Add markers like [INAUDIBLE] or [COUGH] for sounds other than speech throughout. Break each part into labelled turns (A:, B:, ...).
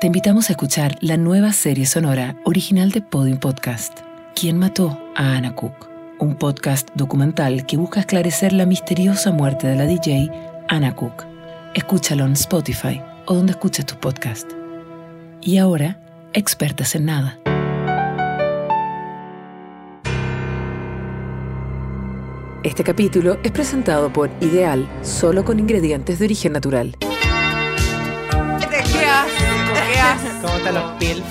A: Te invitamos a escuchar la nueva serie sonora original de Podium Podcast, ¿Quién mató a Anna Cook? Un podcast documental que busca esclarecer la misteriosa muerte de la DJ Anna Cook. Escúchalo en Spotify o donde escuches tus podcasts. Y ahora, expertas en nada. Este capítulo es presentado por Ideal, solo con ingredientes de origen natural.
B: ¿Qué [LAUGHS] haces?
C: ¿Cómo están los pills?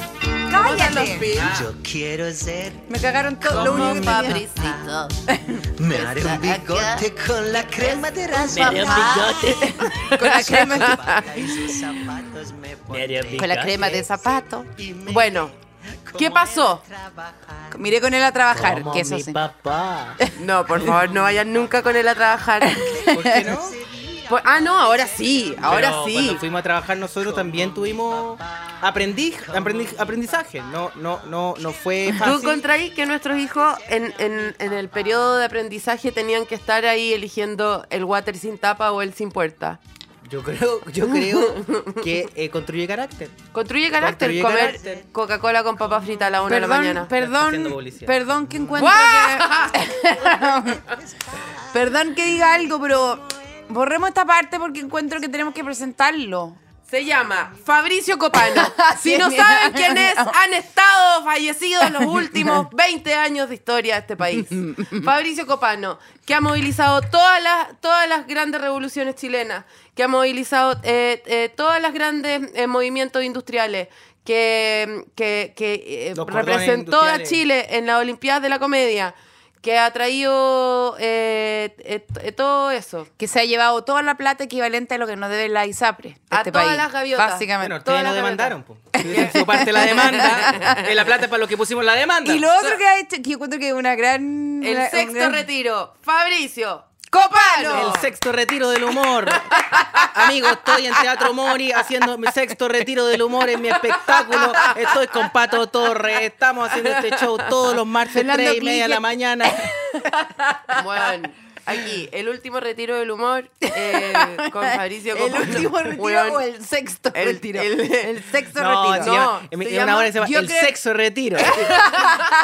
B: Cállate.
D: Yo quiero ser,
B: Me cagaron todo lo único que tenía.
E: Fabricito.
D: me haré
E: Está
D: un bigote con la crema de las
E: Me haré un bigote.
B: Con la
D: [LAUGHS]
B: crema,
D: y sus zapatos me
C: haré un
D: pondré.
E: Con la crema de zapato.
D: Y me
B: Bueno,
D: como
B: ¿qué pasó?
D: él trabaja.
B: miré con él a trabajar.
C: Como
B: que eso
C: mi
B: sí.
C: papá.
B: [LAUGHS] No, por favor, no vayan nunca con él a trabajar.
C: ¿Por qué no?
B: Por- ah, no, ahora sí, ahora
C: Pero
B: sí.
C: Cuando fuimos a trabajar nosotros también tuvimos aprendiz, aprendiz- aprendizaje. No, no, no, no fue
F: ¿Tú
C: fácil.
F: encontráis que nuestros hijos en, en- en el periodo de aprendizaje tenían que estar ahí eligiendo el water sin tapa o el sin puerta?
C: Yo creo,
B: [LAUGHS]
C: yo creo que eh, construye carácter.
F: Construye carácter,
C: Construye
F: comer
C: carácter.
F: Coca-Cola con papa frita a la una de la
B: Perdón,
F: mañana.
C: haciendo
B: perdón,
C: publicidad.
B: perdón que encuentro que... [LAUGHS] perdón que diga algo, pero borremos esta parte porque encuentro que tenemos que presentarlo.
F: Se llama
B: [LAUGHS]
F: Fabricio Copano. si no
B: mira. [LAUGHS]
F: saben quién es, han estado fallecidos los últimos 20 años de historia de este país. Fabricio Copano, que ha movilizado todas las, todas las grandes revoluciones chilenas, que ha movilizado eh, eh, todas las grandes eh, movimientos industriales, que, que- que, eh,
C: Los cordones
F: representó a
C: industriales.
F: Chile en las Olimpiadas de la Comedia, que ha traído eh, eh, t- eh, todo eso.
B: Que se ha llevado toda la plata equivalente a lo que nos debe la ISAPRE. de
F: A
B: este
F: todas
B: país,
F: las gaviotas.
B: Básicamente.
C: Bueno, ustedes
F: todas
C: nos
F: las
C: demandaron. po. Si hubiesen sido parte de la demanda, es la plata es para lo que pusimos la demanda.
B: Y lo otro que ha hecho, que yo encuentro que es una gran...
F: El
B: una- un
F: sexto
B: gran-
F: retiro, Fabricio
B: ¡Copano!
F: no.
B: [LAUGHS]
C: El sexto retiro del humor. Amigos, estoy en Teatro Mori haciendo mi sexto retiro del humor en mi espectáculo. Estoy con Pato Torres. Estamos haciendo este show todos los martes,
B: Fernando
C: tres y
B: Klige.
C: media de la
F: [LAUGHS]
C: mañana.
F: Bueno, aquí, el último retiro del humor eh,
B: [LAUGHS]
F: con Fabricio
B: El
F: Copano.
B: último retiro
F: Weón,
B: o el sexto
F: el-
B: retiro.
F: el-
B: El, sexto
C: No,
B: retiro.
C: se llama-
F: No,
C: en mi-
F: se
C: en una
F: llama-
C: hora se llama
B: yo
C: El
B: creo-
C: sexto
F: [LAUGHS]
C: retiro.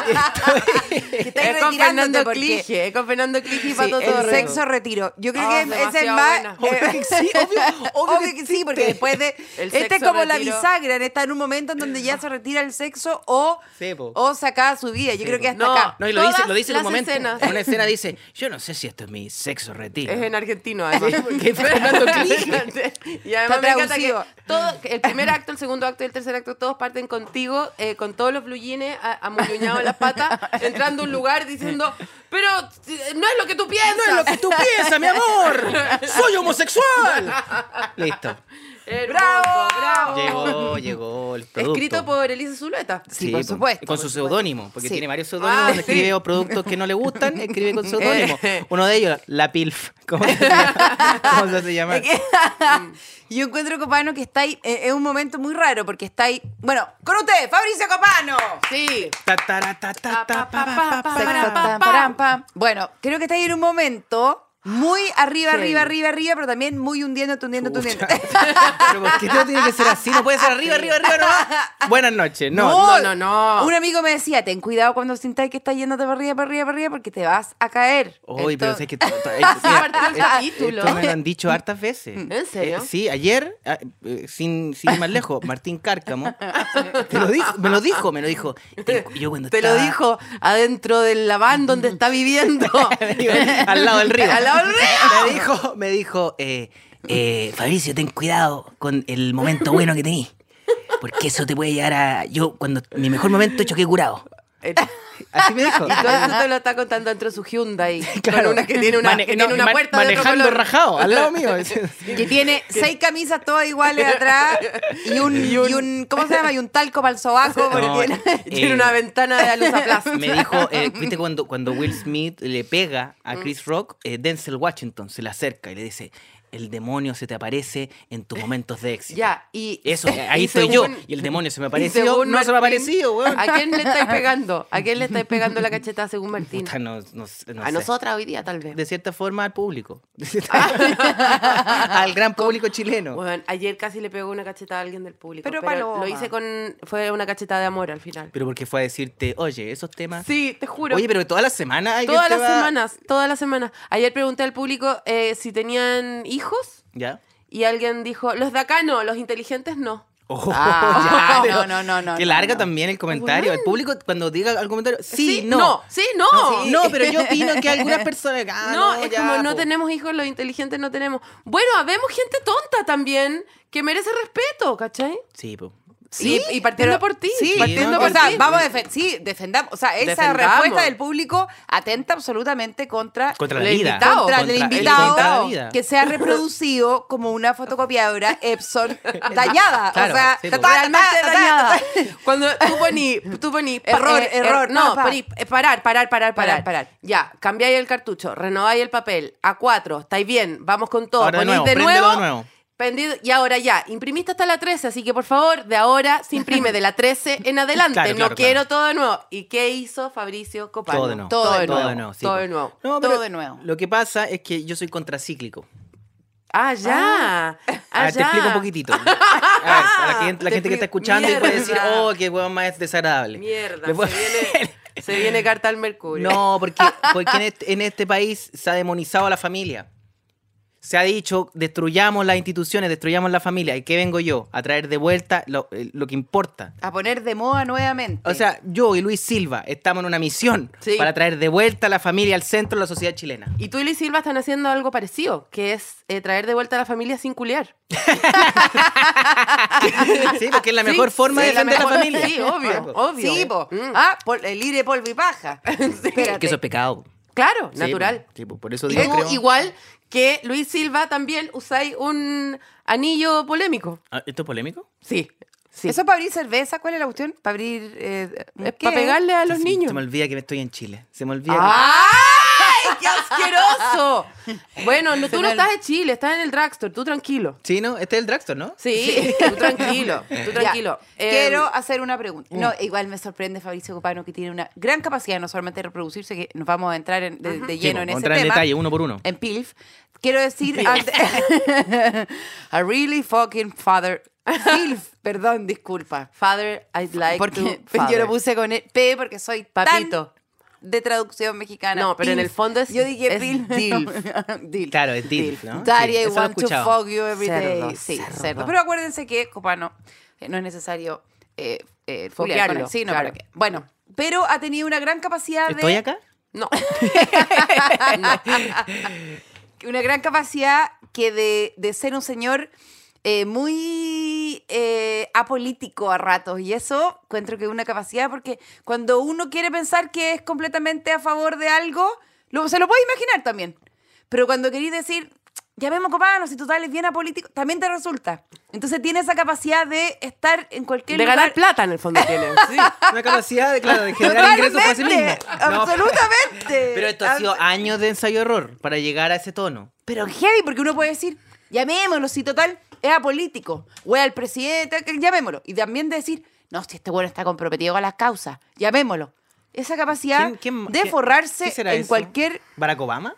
B: Que estáis
F: Es con
B: retirándote
F: Fernando
B: porque-
F: Clige, es con Fernando Clige y
B: Sí,
F: Pato
B: el
F: Torres.
B: sexto retiro. Yo creo
F: Ah,
B: que es el
F: demasiado
B: más. [LAUGHS]
F: buena.
B: eh,
C: Obvio que sí, obvio- obvio que
B: sí, porque después
C: [LAUGHS]
B: de.
F: El
B: Este es
F: sexo
B: como la
F: retiro.
B: bisagra, en esta- en un momento en donde ya se retira el sexo o,
C: Sí, po.
B: o se acaba su vida. Yo creo que hasta
F: No.
B: acá.
C: No, y lo dice,
F: Todas
C: lo dice en un
F: las
C: momento.
F: escenas.
C: En una escena dice, yo no sé si esto es mi sexto retiro.
F: Es en argentino, además.
C: Porque
F: [LAUGHS]
C: Fernando Clige.
F: y además
B: Está
F: me encanta que
B: traducido.
F: todo, que el primer acto, el segundo acto y el tercer acto, todos parten contigo, eh, con todos los blue jeans a- amurruñados en
B: [LAUGHS]
F: las patas, entrando a un lugar diciendo, pero eh, no es lo que tú piensas.
C: No es lo que tú piensas, mi amor. Soy homosexual. Listo.
F: [LAUGHS] Hermoso,
B: ¡Bravo!
F: bravo.
C: Llegó, llegó el producto.
F: Oh. Escrito por Elisa Zuleta.
B: Sí, por
C: po.
B: supuesto,
C: Con
B: por
C: su
B: supuesto.
C: seudónimo, porque
B: Sí.
C: tiene varios seudónimos
F: Ah,
C: donde
F: sí.
C: escribe o productos que no le gustan, escribe con seudónimo. Uno de ellos, la PILF. ¿Cómo se llama? ¿Cómo se
B: [LAUGHS]
C: hace llamar?
B: Yo encuentro, Copano, que está ahí. eh, Es un momento muy raro porque está ahí. Bueno, con usted, Fabricio Copano.
F: Sí.
C: Ta, ta, ra, ta, ta, ta, pa, pa, pa,
B: Sexo,
C: pa, pa.
B: tan, param, pam. Bueno, creo que está ahí en un momento muy arriba,
F: Genio.
B: arriba, arriba, arriba, pero también muy hundiéndote, hundiéndote,
C: Pucha. [LAUGHS]
B: hundiéndote.
C: Pero ¿por qué todo tiene que ser así? No puede ser arriba, arriba, arriba, no. Buenas noches. No,
F: No, no,
C: Ah.
F: no, no.
B: Un amigo me decía, ten cuidado cuando sintáis que estás yéndote para arriba, para arriba, para arriba, porque te vas a caer.
C: Uy, pero
B: Esto-
C: sé que. to- to- mira,
F: parte del
C: esto-
F: capítulo.
C: Esto me lo han dicho hartas veces.
F: ¿En serio?
C: Eh, sí, ayer, ah, eh, sin, sin ir más lejos, Martín Cárcamo te lo dijo, me lo dijo, me lo dijo. Te- Yo cuando
F: Te lo
C: estaba-
F: dijo adentro del laván donde está viviendo.
C: [LAUGHS] al lado del río.
F: Al lado del
C: Me dijo, me dijo eh, eh, Fabricio, ten cuidado con el momento bueno que tenís. Porque eso te puede llegar a. Yo, cuando mi mejor momento, choqué curado.
F: Eh,
C: Así me dijo.
F: Y [LAUGHS] todo eso te lo está contando dentro de su Hyundai. [LAUGHS]
C: Claro.
F: Con una que tiene una,
C: Mane-
F: que
C: no,
F: tiene una
C: ma-
F: puerta de otro
C: manejando
F: color.
C: rajado, al lado [LAUGHS] mío.
B: Que
C: [LAUGHS]
B: tiene seis camisas todas iguales atrás y un, y un- ¿cómo se llama? Y un talco para el sobaco. porque
C: [LAUGHS] No,
B: tiene-
C: eh,
F: Tiene una ventana de aluzaplas.
C: Me dijo, eh, viste
F: Mm.
C: cuando, cuando Will Smith le pega a Chris Rock, eh, Denzel Washington se le acerca y le dice, el demonio se te aparece en tus momentos de éxito.
F: Ya, y.
C: Eso,
F: [LAUGHS] y
C: ahí soy
F: según-
C: yo. Y el demonio se me
F: y
C: apareció. No
F: según
C: se me ha
F: Martín,
C: aparecido, weón.
F: ¿A quién le estáis pegando? ¿A quién le estáis pegando la cachetada según Martín?
C: Puta, no- no sé, no
F: a
C: sé.
F: nosotras hoy día, tal vez.
C: De cierta forma, al público. [LAUGHS] al gran público chileno.
F: Bueno, ayer casi le pegó una cachetada a alguien del público.
B: Pero
F: Pero,
B: Paloma.
F: lo hice con. Fue una cachetada de amor al final.
C: Pero porque fue a decirte, oye, esos temas.
F: Sí, te juro.
C: Oye, pero todas las semanas hay
F: todas
C: gente
F: las
C: va-
F: semanas, todas las semanas. Ayer pregunté al público eh, si tenían hijos
C: ¿Ya?
F: y alguien dijo, los de acá no, los inteligentes no.
C: Oh,
B: Ah,
C: [LAUGHS] ya,
B: no,
C: pero
B: no, no, no,
C: Que
B: no,
C: larga
B: no.
C: también el comentario. El público, cuando diga algún comentario, sí, no.
F: sí, no.
C: Sí, no, pero yo opino que algunas personas. ah,
F: No, es
C: ya,
F: como no
C: po.
F: tenemos hijos, los inteligentes no tenemos. Bueno, habemos gente tonta también que merece respeto, ¿cachai?
C: Sí, po.
F: Y, y partiendo por ti.
C: sí,
F: partiendo
C: no,
B: o
F: por
B: sea,
F: ti.
B: vamos a defender. Sí, defendamos. O sea, esa
F: Defendamos.
B: respuesta del público atenta absolutamente contra,
C: Contra la
B: el
C: vida.
B: invitado. Contra, el
C: Contra el
B: invitado
C: invitado. Vida.
B: que se ha reproducido como una fotocopiadora
C: [LAUGHS]
B: Epson dañada.
C: Claro,
B: o sea,
C: sí,
B: ta-
C: pues.
B: ta-
F: realmente
B: ta- ta- ta-
F: dañada. [LAUGHS] Cuando tú poní, tú poní, pa-
B: ah. Eh, Error, error,
F: no,
B: pa, pa.
F: poní, eh, parar, parar,
B: Parar,
F: parar, parar,
B: parar.
F: Ya, cambiáis el cartucho, renováis el papel, A4, estáis bien, vamos con todo,
C: Ahora de
F: ponís
C: nuevo,
F: de
C: préndelo
F: nuevo,
C: de nuevo.
F: prendido, y ahora ya, imprimiste hasta la 13, así que por favor, de ahora se imprime de la 13 en
C: [LAUGHS]
F: adelante,
C: Claro,
F: no
C: claro,
F: quiero todo de nuevo. ¿Y qué hizo Fabricio Copano?
C: Todo de nuevo.
F: Todo de nuevo.
C: Todo de nuevo. sí, pues. po.
F: todo de nuevo.
B: Todo
C: No, pero
B: de nuevo.
C: Lo que pasa es que yo soy contracíclico.
F: Ah, ya. Ah,
C: A ver, te
F: ya.
C: explico un
F: [LAUGHS]
C: poquito. A ver, a la gente, la
F: Te
C: gente que está
F: explico-
C: escuchando y puede decir,
F: Mierda.
C: oh, qué huevón más desagradable.
F: Mierda,
C: Le puedo- [LAUGHS]
F: se, viene, se viene carta al mercurio.
C: No, porque, porque en, este, en este país se ha demonizado a la familia. Se ha dicho, destruyamos las instituciones, destruyamos la familia. ¿Y qué vengo yo? A traer de vuelta lo, eh, lo que importa.
B: A poner de moda nuevamente.
C: O sea, yo y Luis Silva estamos en una misión
F: Sí.
C: para traer de vuelta a la familia al centro de la sociedad chilena.
F: Y tú y Luis Silva están haciendo algo parecido, que es eh, traer de vuelta a la familia sin culiar.
C: Sí, porque es la mejor forma
F: [LAUGHS] sí,
C: de defender
F: mejor-
C: la familia.
F: Sí, obvio, obvio.
B: Sí, po.
F: Mm.
B: Ah, pol- el aire polvo y
C: [LAUGHS]
B: paja. Espérate.
C: eh. Que eso es pecado.
F: Claro,
C: Sí,
F: natural.
C: po. Sí, po. por eso
F: Y
C: digo,
F: tú,
C: creo-
F: igual que Luis Silva, también usáis un anillo polémico.
C: Ah, ¿Esto es polémico?
F: Sí, sí.
B: ¿Eso es para abrir cerveza? ¿Cuál es la cuestión? Para abrir. eh,
F: es
B: ¿qué?
F: para pegarle a los
C: Se-
F: niños. Ah.
C: Se me olvida que estoy en Chile. Se me olvida.
F: ¡Ay,
B: [LAUGHS]
F: qué asqueroso! Bueno, no- tú no estás en Chile, estás en el dragstore, tú tranquilo.
C: Que... Sí, ¿no? Este es el dragstore, ¿no?
F: Sí, tú tranquilo, tú
B: [LAUGHS] Ya.
F: tranquilo. Eh,
B: Quiero hacer una pregunta.
C: Mm.
B: No, igual me sorprende Fabricio Copano que tiene una gran capacidad no solamente de reproducirse, que nos vamos a entrar en- de, de
C: Sí,
B: lleno
C: po,
B: en
C: vamos a
B: ese
C: entrar
B: tema.
C: en detalle, uno por uno.
B: En PILF. Quiero decir antes- [LAUGHS] a really fucking father
F: [LAUGHS]
B: PILF, perdón, disculpa.
F: Father, I'd like
B: Porque
F: to
B: [LAUGHS]
F: father.
B: yo lo puse con el P porque soy tan
F: Papito.
B: de traducción mexicana.
F: No, pero en el fondo es-
B: Yo dije
F: es
B: PILF. DILF.
C: Claro, es DILF,
B: [LAUGHS]
C: ¿no?
B: Daddy,
C: Sí,
B: I
C: eso lo he
B: want to
C: escuchado.
B: fuck you every day.
F: Cerdo,
B: Sí,
F: cerdo.
B: cerdo. Pero acuérdense que Copano eh, no es necesario eh, eh, foguear con
F: Foguearlo,
B: él, sí, no,
F: claro.
B: para que- Bueno, pero ha tenido una gran capacidad de...
C: ¿Estoy acá?
F: No.
B: [LAUGHS] una gran capacidad que de, de ser un señor eh, muy eh, apolítico a ratos. Y eso encuentro que es una capacidad porque cuando uno quiere pensar que es completamente a favor de algo, lo- se lo puede imaginar también. Pero cuando queréis decir, ya vemos copanos, si total es bien apolítico, también te resulta. Entonces tiene esa capacidad de estar en cualquier
F: De
B: lugar.
F: ganar plata en el fondo tiene.
C: Sí, [LAUGHS] una capacidad de, claro, de generar ingresos para sí mismo.
B: Totalmente,
C: No,
B: absolutamente.
C: pero esto ha sido años de ensayo-error para llegar a ese tono.
B: Pero heavy, porque uno puede decir, llamémoslo, si total es apolítico, o es al presidente, que- llamémoslo. Y también decir, no, si este bueno está comprometido con las causas, llamémoslo. Esa capacidad
C: ¿Quién- quién-
B: de
C: quién-
B: forrarse
C: qué será
B: en
C: eso?
B: cualquier...
C: ¿Barack Obama?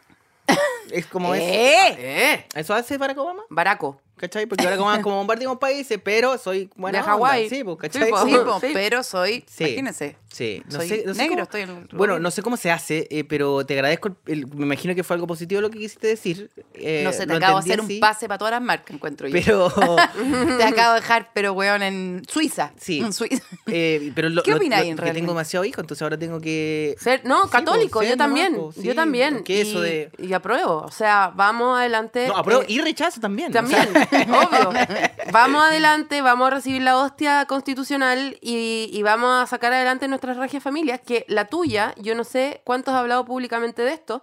B: [LAUGHS]
C: Es como es.
B: ¡Eh!
F: ¿Eh?
C: ¿Eso hace Barack Obama?
F: Baraco.
C: ¿Cachai? Porque Barack Obama es como bombardeamos países, pero soy buena
F: De
C: onda.
F: Hawái.
C: Sí, pues,
F: Sí,
C: ¿cachai?
F: po.
B: Sí, po,
F: Sí.
B: pero soy,
C: Sí.
B: imagínense.
C: Sí, no
B: Soy
C: sé, no sé
B: negro,
C: cómo-
B: estoy en el
C: Bueno,
B: rubio.
C: no sé cómo se hace, eh, pero te agradezco. el- el- me imagino que fue algo positivo lo que quisiste decir. eh,
B: no sé, te
C: lo
B: acabo de
C: entendí
B: hacer
C: así,
B: un
C: [LAUGHS]
B: pase para todas las marcas, encuentro yo.
C: Pero.
B: [LAUGHS] Te acabo de dejar, pero weón, en Suiza.
C: Sí.
B: En Suiza.
C: eh, pero lo,
B: ¿Qué
C: lo-
B: opináis
C: lo- que
B: realmente?
C: tengo demasiado hijo, entonces ahora tengo que.
F: Ser- no,
C: Sí,
F: católico,
C: pues,
F: yo
C: ser nomás,
F: también.
C: pues, sí,
F: yo también.
C: porque eso
F: y,
C: de-
F: y apruebo. O sea, vamos adelante.
C: No, apruebo
F: Eh,
C: y rechazo también. [LAUGHS] o sea,
F: También, [LAUGHS] obvio. Vamos adelante, vamos a recibir la hostia constitucional y, y vamos a sacar adelante nuestras regias familias, que la tuya, yo no sé cuántos has hablado públicamente de esto,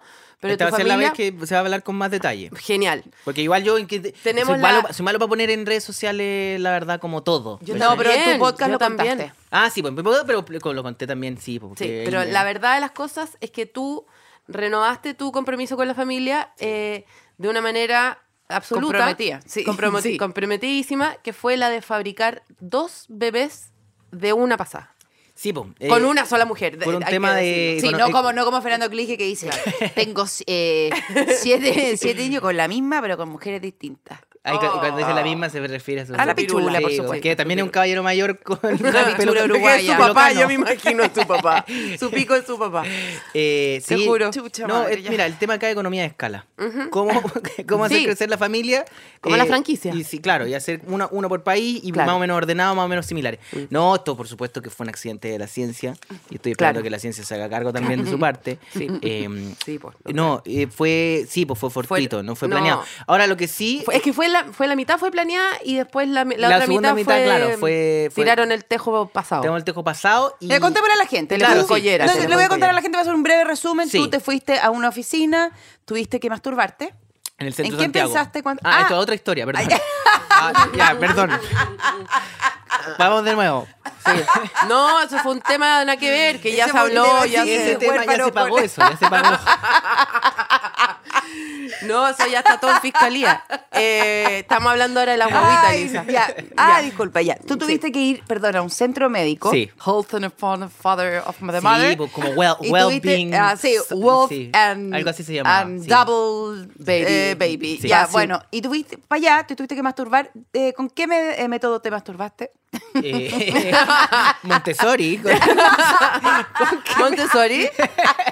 C: [LAUGHS]
F: pero
C: Esta va
F: tu
C: a ser la
F: familia...
C: vez que se va a hablar con más detalle.
F: Genial.
C: Porque igual yo en que-
F: Tenemos
C: soy,
F: la-
C: malo, soy malo para poner en redes sociales, la verdad, como todo.
F: Yo
C: ¿cachai?
B: No, pero en tu
F: también,
B: podcast
F: yo
B: lo
F: también.
B: contaste.
C: Ah, sí, pues, pero, pero lo conté también, sí.
F: Sí,
C: porque-
F: pero la verdad de las cosas es que tú renovaste tu compromiso con la familia eh, de una manera ah, absoluta.
B: Comprometida, sí,
F: comprometi-
B: sí.
F: Comprometidísima, que fue la de fabricar dos bebés de una pasada.
C: Sí, po, eh,
F: con una sola mujer. de-
C: por un
F: hay que
C: tema de-
B: [LAUGHS]
F: decirlo.
B: Sí,
C: Bueno,
B: no
C: eh,
B: como, no como Fernando Clige que dice, [LAUGHS] tengo eh,
C: [LAUGHS]
B: siete, siete niños con la misma, pero con mujeres distintas.
C: ahí cu- cuando dice la
F: Ah.
C: misma se refiere a su
B: A la pichula, por
C: Sí, po,
B: supuesto.
C: Que también es un caballero mayor [LAUGHS] con una
B: pichula
F: Es su
B: uruguaya.
F: papá,
B: Pelocano.
F: yo me imagino es su [LAUGHS] papá. Su pico es su papá.
C: Eh,
F: Te
C: sí.
F: juro.
B: Chucha
C: No,
B: madre,
C: eh,
B: ya.
C: mira, el tema acá de economía de escala. ¿Cómo, [LAUGHS] cómo hacer
F: Sí.
C: crecer la familia? Eh,
F: Como la franquicia.
C: Y sí, claro, y hacer una, uno por país y
F: Claro. Mm.
C: más o menos ordenado, más o menos similares. No, esto por supuesto que fue un accidente de la ciencia y estoy esperando
F: Claro.
C: que la ciencia se haga cargo también de su parte.
F: Sí.
C: Eh,
F: Sí, pues.
C: no, eh, fue, sí, pues fue fortuito, no fue
F: no.
C: planeado. Ahora lo que sí,
F: Fue- Es que fue la, fue la mitad fue planeada y después la, mi- la
C: La
F: otra
C: segunda
F: mitad,
C: mitad,
F: fue,
C: claro, fue- fue-
F: Tiraron el tejo pasado.
C: tenemos el tejo pasado y...
F: Eh,
B: Le Eh, contémosle a la gente.
C: Oh. Claro,
B: pongo-
C: sí,
B: No,
C: tenemos
B: le voy a contar
C: collera.
B: a la gente, va a hacer un breve resumen.
C: Sí.
B: Tú te fuiste a una oficina, tuviste que masturbarte.
C: En el centro
B: ¿En
C: de
B: quién
C: Santiago.
B: pensaste cuando-
C: Ah,
B: Ah.
C: esto es otra historia, perdón. [LAUGHS] Ah, ya, perdón. Vamos de nuevo.
F: No, eso fue un tema nada que ver, que ya
B: Ese
F: se
B: fue un
F: habló,
B: tema,
F: ya
B: sí,
F: se...
C: Ese tema ya
B: huérfano
C: se pagó
B: con-
C: eso, ya se pagó.
F: No, eso ya está todo en fiscalía. Eh, estamos hablando ahora de la guaguita,
B: Ay,
F: Lisa.
B: ya. Ah, disculpa, ya. Tú tuviste que ir, perdón, a un centro médico.
C: Sí.
B: Holton upon the father of the
C: Sí,
B: mother.
C: pues, como well-
B: Y
C: well-being,
B: tuviste, ah, sí,
C: so-
B: wolf
C: sí,
B: and,
C: algo así se llamaba,
B: and
C: sí.
B: double baby.
F: Baby.
B: baby.
C: Sí.
B: Ya,
C: Ah, sí.
B: bueno. Y tuviste, para allá, te tuviste que masturbar. Eh, ¿Con qué me- eh, método te masturbaste?
C: Eh, [LAUGHS] Montessori.
F: Montessori.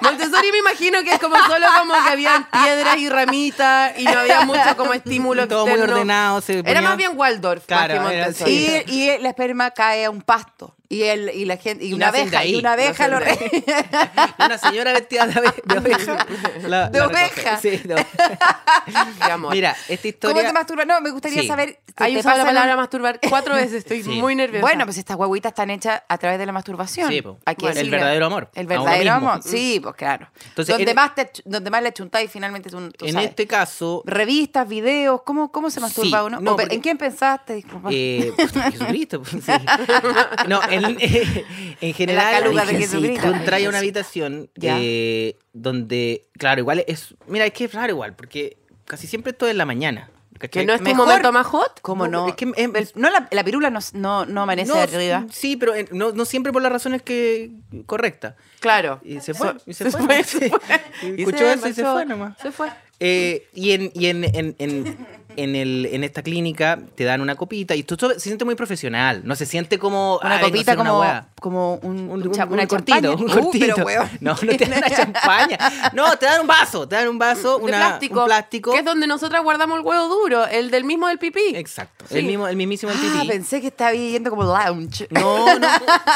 F: Montessori me imagino que es como solo como que habían piedras y ramitas y no había mucho como estímulo
C: Todo muy
F: externo.
C: ordenado. se
F: Era
C: ponía-
F: más bien Waldorf
C: Claro,
F: más que
C: era-
F: Montessori.
B: Y,
C: Sí.
B: y el esperma cae a un pasto. Y, el, y la gente, y,
C: Y
B: una
C: nacen de
B: abeja, y
C: ahí,
B: una abeja lo
C: nacen
B: re- [LAUGHS]
C: Una señora vestida de, abe- de oveja. la-
B: De
C: la recoge.
B: oveja.
C: Sí, de oveja.
F: Qué amor.
C: Mira, esta historia.
B: ¿Cómo te masturbas? No, me gustaría
C: Sí.
B: saber. si
F: Hay
B: te
F: usado la
B: pasan-
F: palabra masturbar cuatro veces, estoy
C: Sí.
F: muy nerviosa.
B: Bueno, pues estas guaguitas están hechas a través de la masturbación.
C: Sí, po.
B: Hay que
C: Bueno, el
B: decirle-
C: verdadero amor, a
B: El
C: uno
B: verdadero
C: mismo.
B: amor, sí, pues claro.
C: Entonces,
B: donde,
C: en-
B: más te, donde más le achuntáis finalmente tú, tú
C: en
B: sabes.
C: este caso,
B: Revistas, videos, ¿cómo, cómo se masturba
C: Sí,
B: uno?
C: no,
B: O,
C: porque-
B: ¿En quién pensaste? Disculpa.
C: Eh, pues, Jesucristo, pues, sí. No, en, [LAUGHS] eh, en general,
B: caluga de
C: sí,
B: Jesucristo. Ay,
C: tú entras a
B: Jesucristo.
C: una habitación
B: Ya.
C: eh, donde, claro, igual es. Mira, es que es raro igual, porque casi siempre esto es en la mañana. ¿cachai?
F: que no es tu
B: mejor-
F: momento más hot.
B: ¿Cómo no?
C: es que, eh,
B: El- no la, la pirula no, no, no amanece
C: No,
B: arriba.
C: Sí, pero eh, no, no siempre por las razones que correctas.
F: Claro.
C: Y se fue. y se,
F: se
C: fue. [LAUGHS]
F: fue,
C: sí.
F: se fue.
C: Y Escuchó eso y se
F: marchó.
C: fue nomás.
F: Se fue.
C: Eh, y en, y en, en, en, en el, en esta clínica te dan una copita y tú so- se siente muy profesional. No se siente
B: Una
C: como. "Ah, vengo a
B: copita
C: hacer una
B: como,
C: hueá".
B: como un,
C: Un,
B: un
C: un-
B: cha- una
C: un cortito,
B: champaña.
C: un
B: Uh,
C: cortito.
B: pero huevo.
C: no, no te dan una champaña. No, te dan un vaso, te dan un vaso,
F: De
C: una,
F: plástico.
C: un plástico.
F: Que es donde nosotras guardamos el huevo duro, el del mismo del pipí.
C: Exacto.
F: Sí.
C: El, mismo, el mismísimo del
B: Ah,
C: pipí.
B: pensé que estaba yendo como lounge.
C: No, no.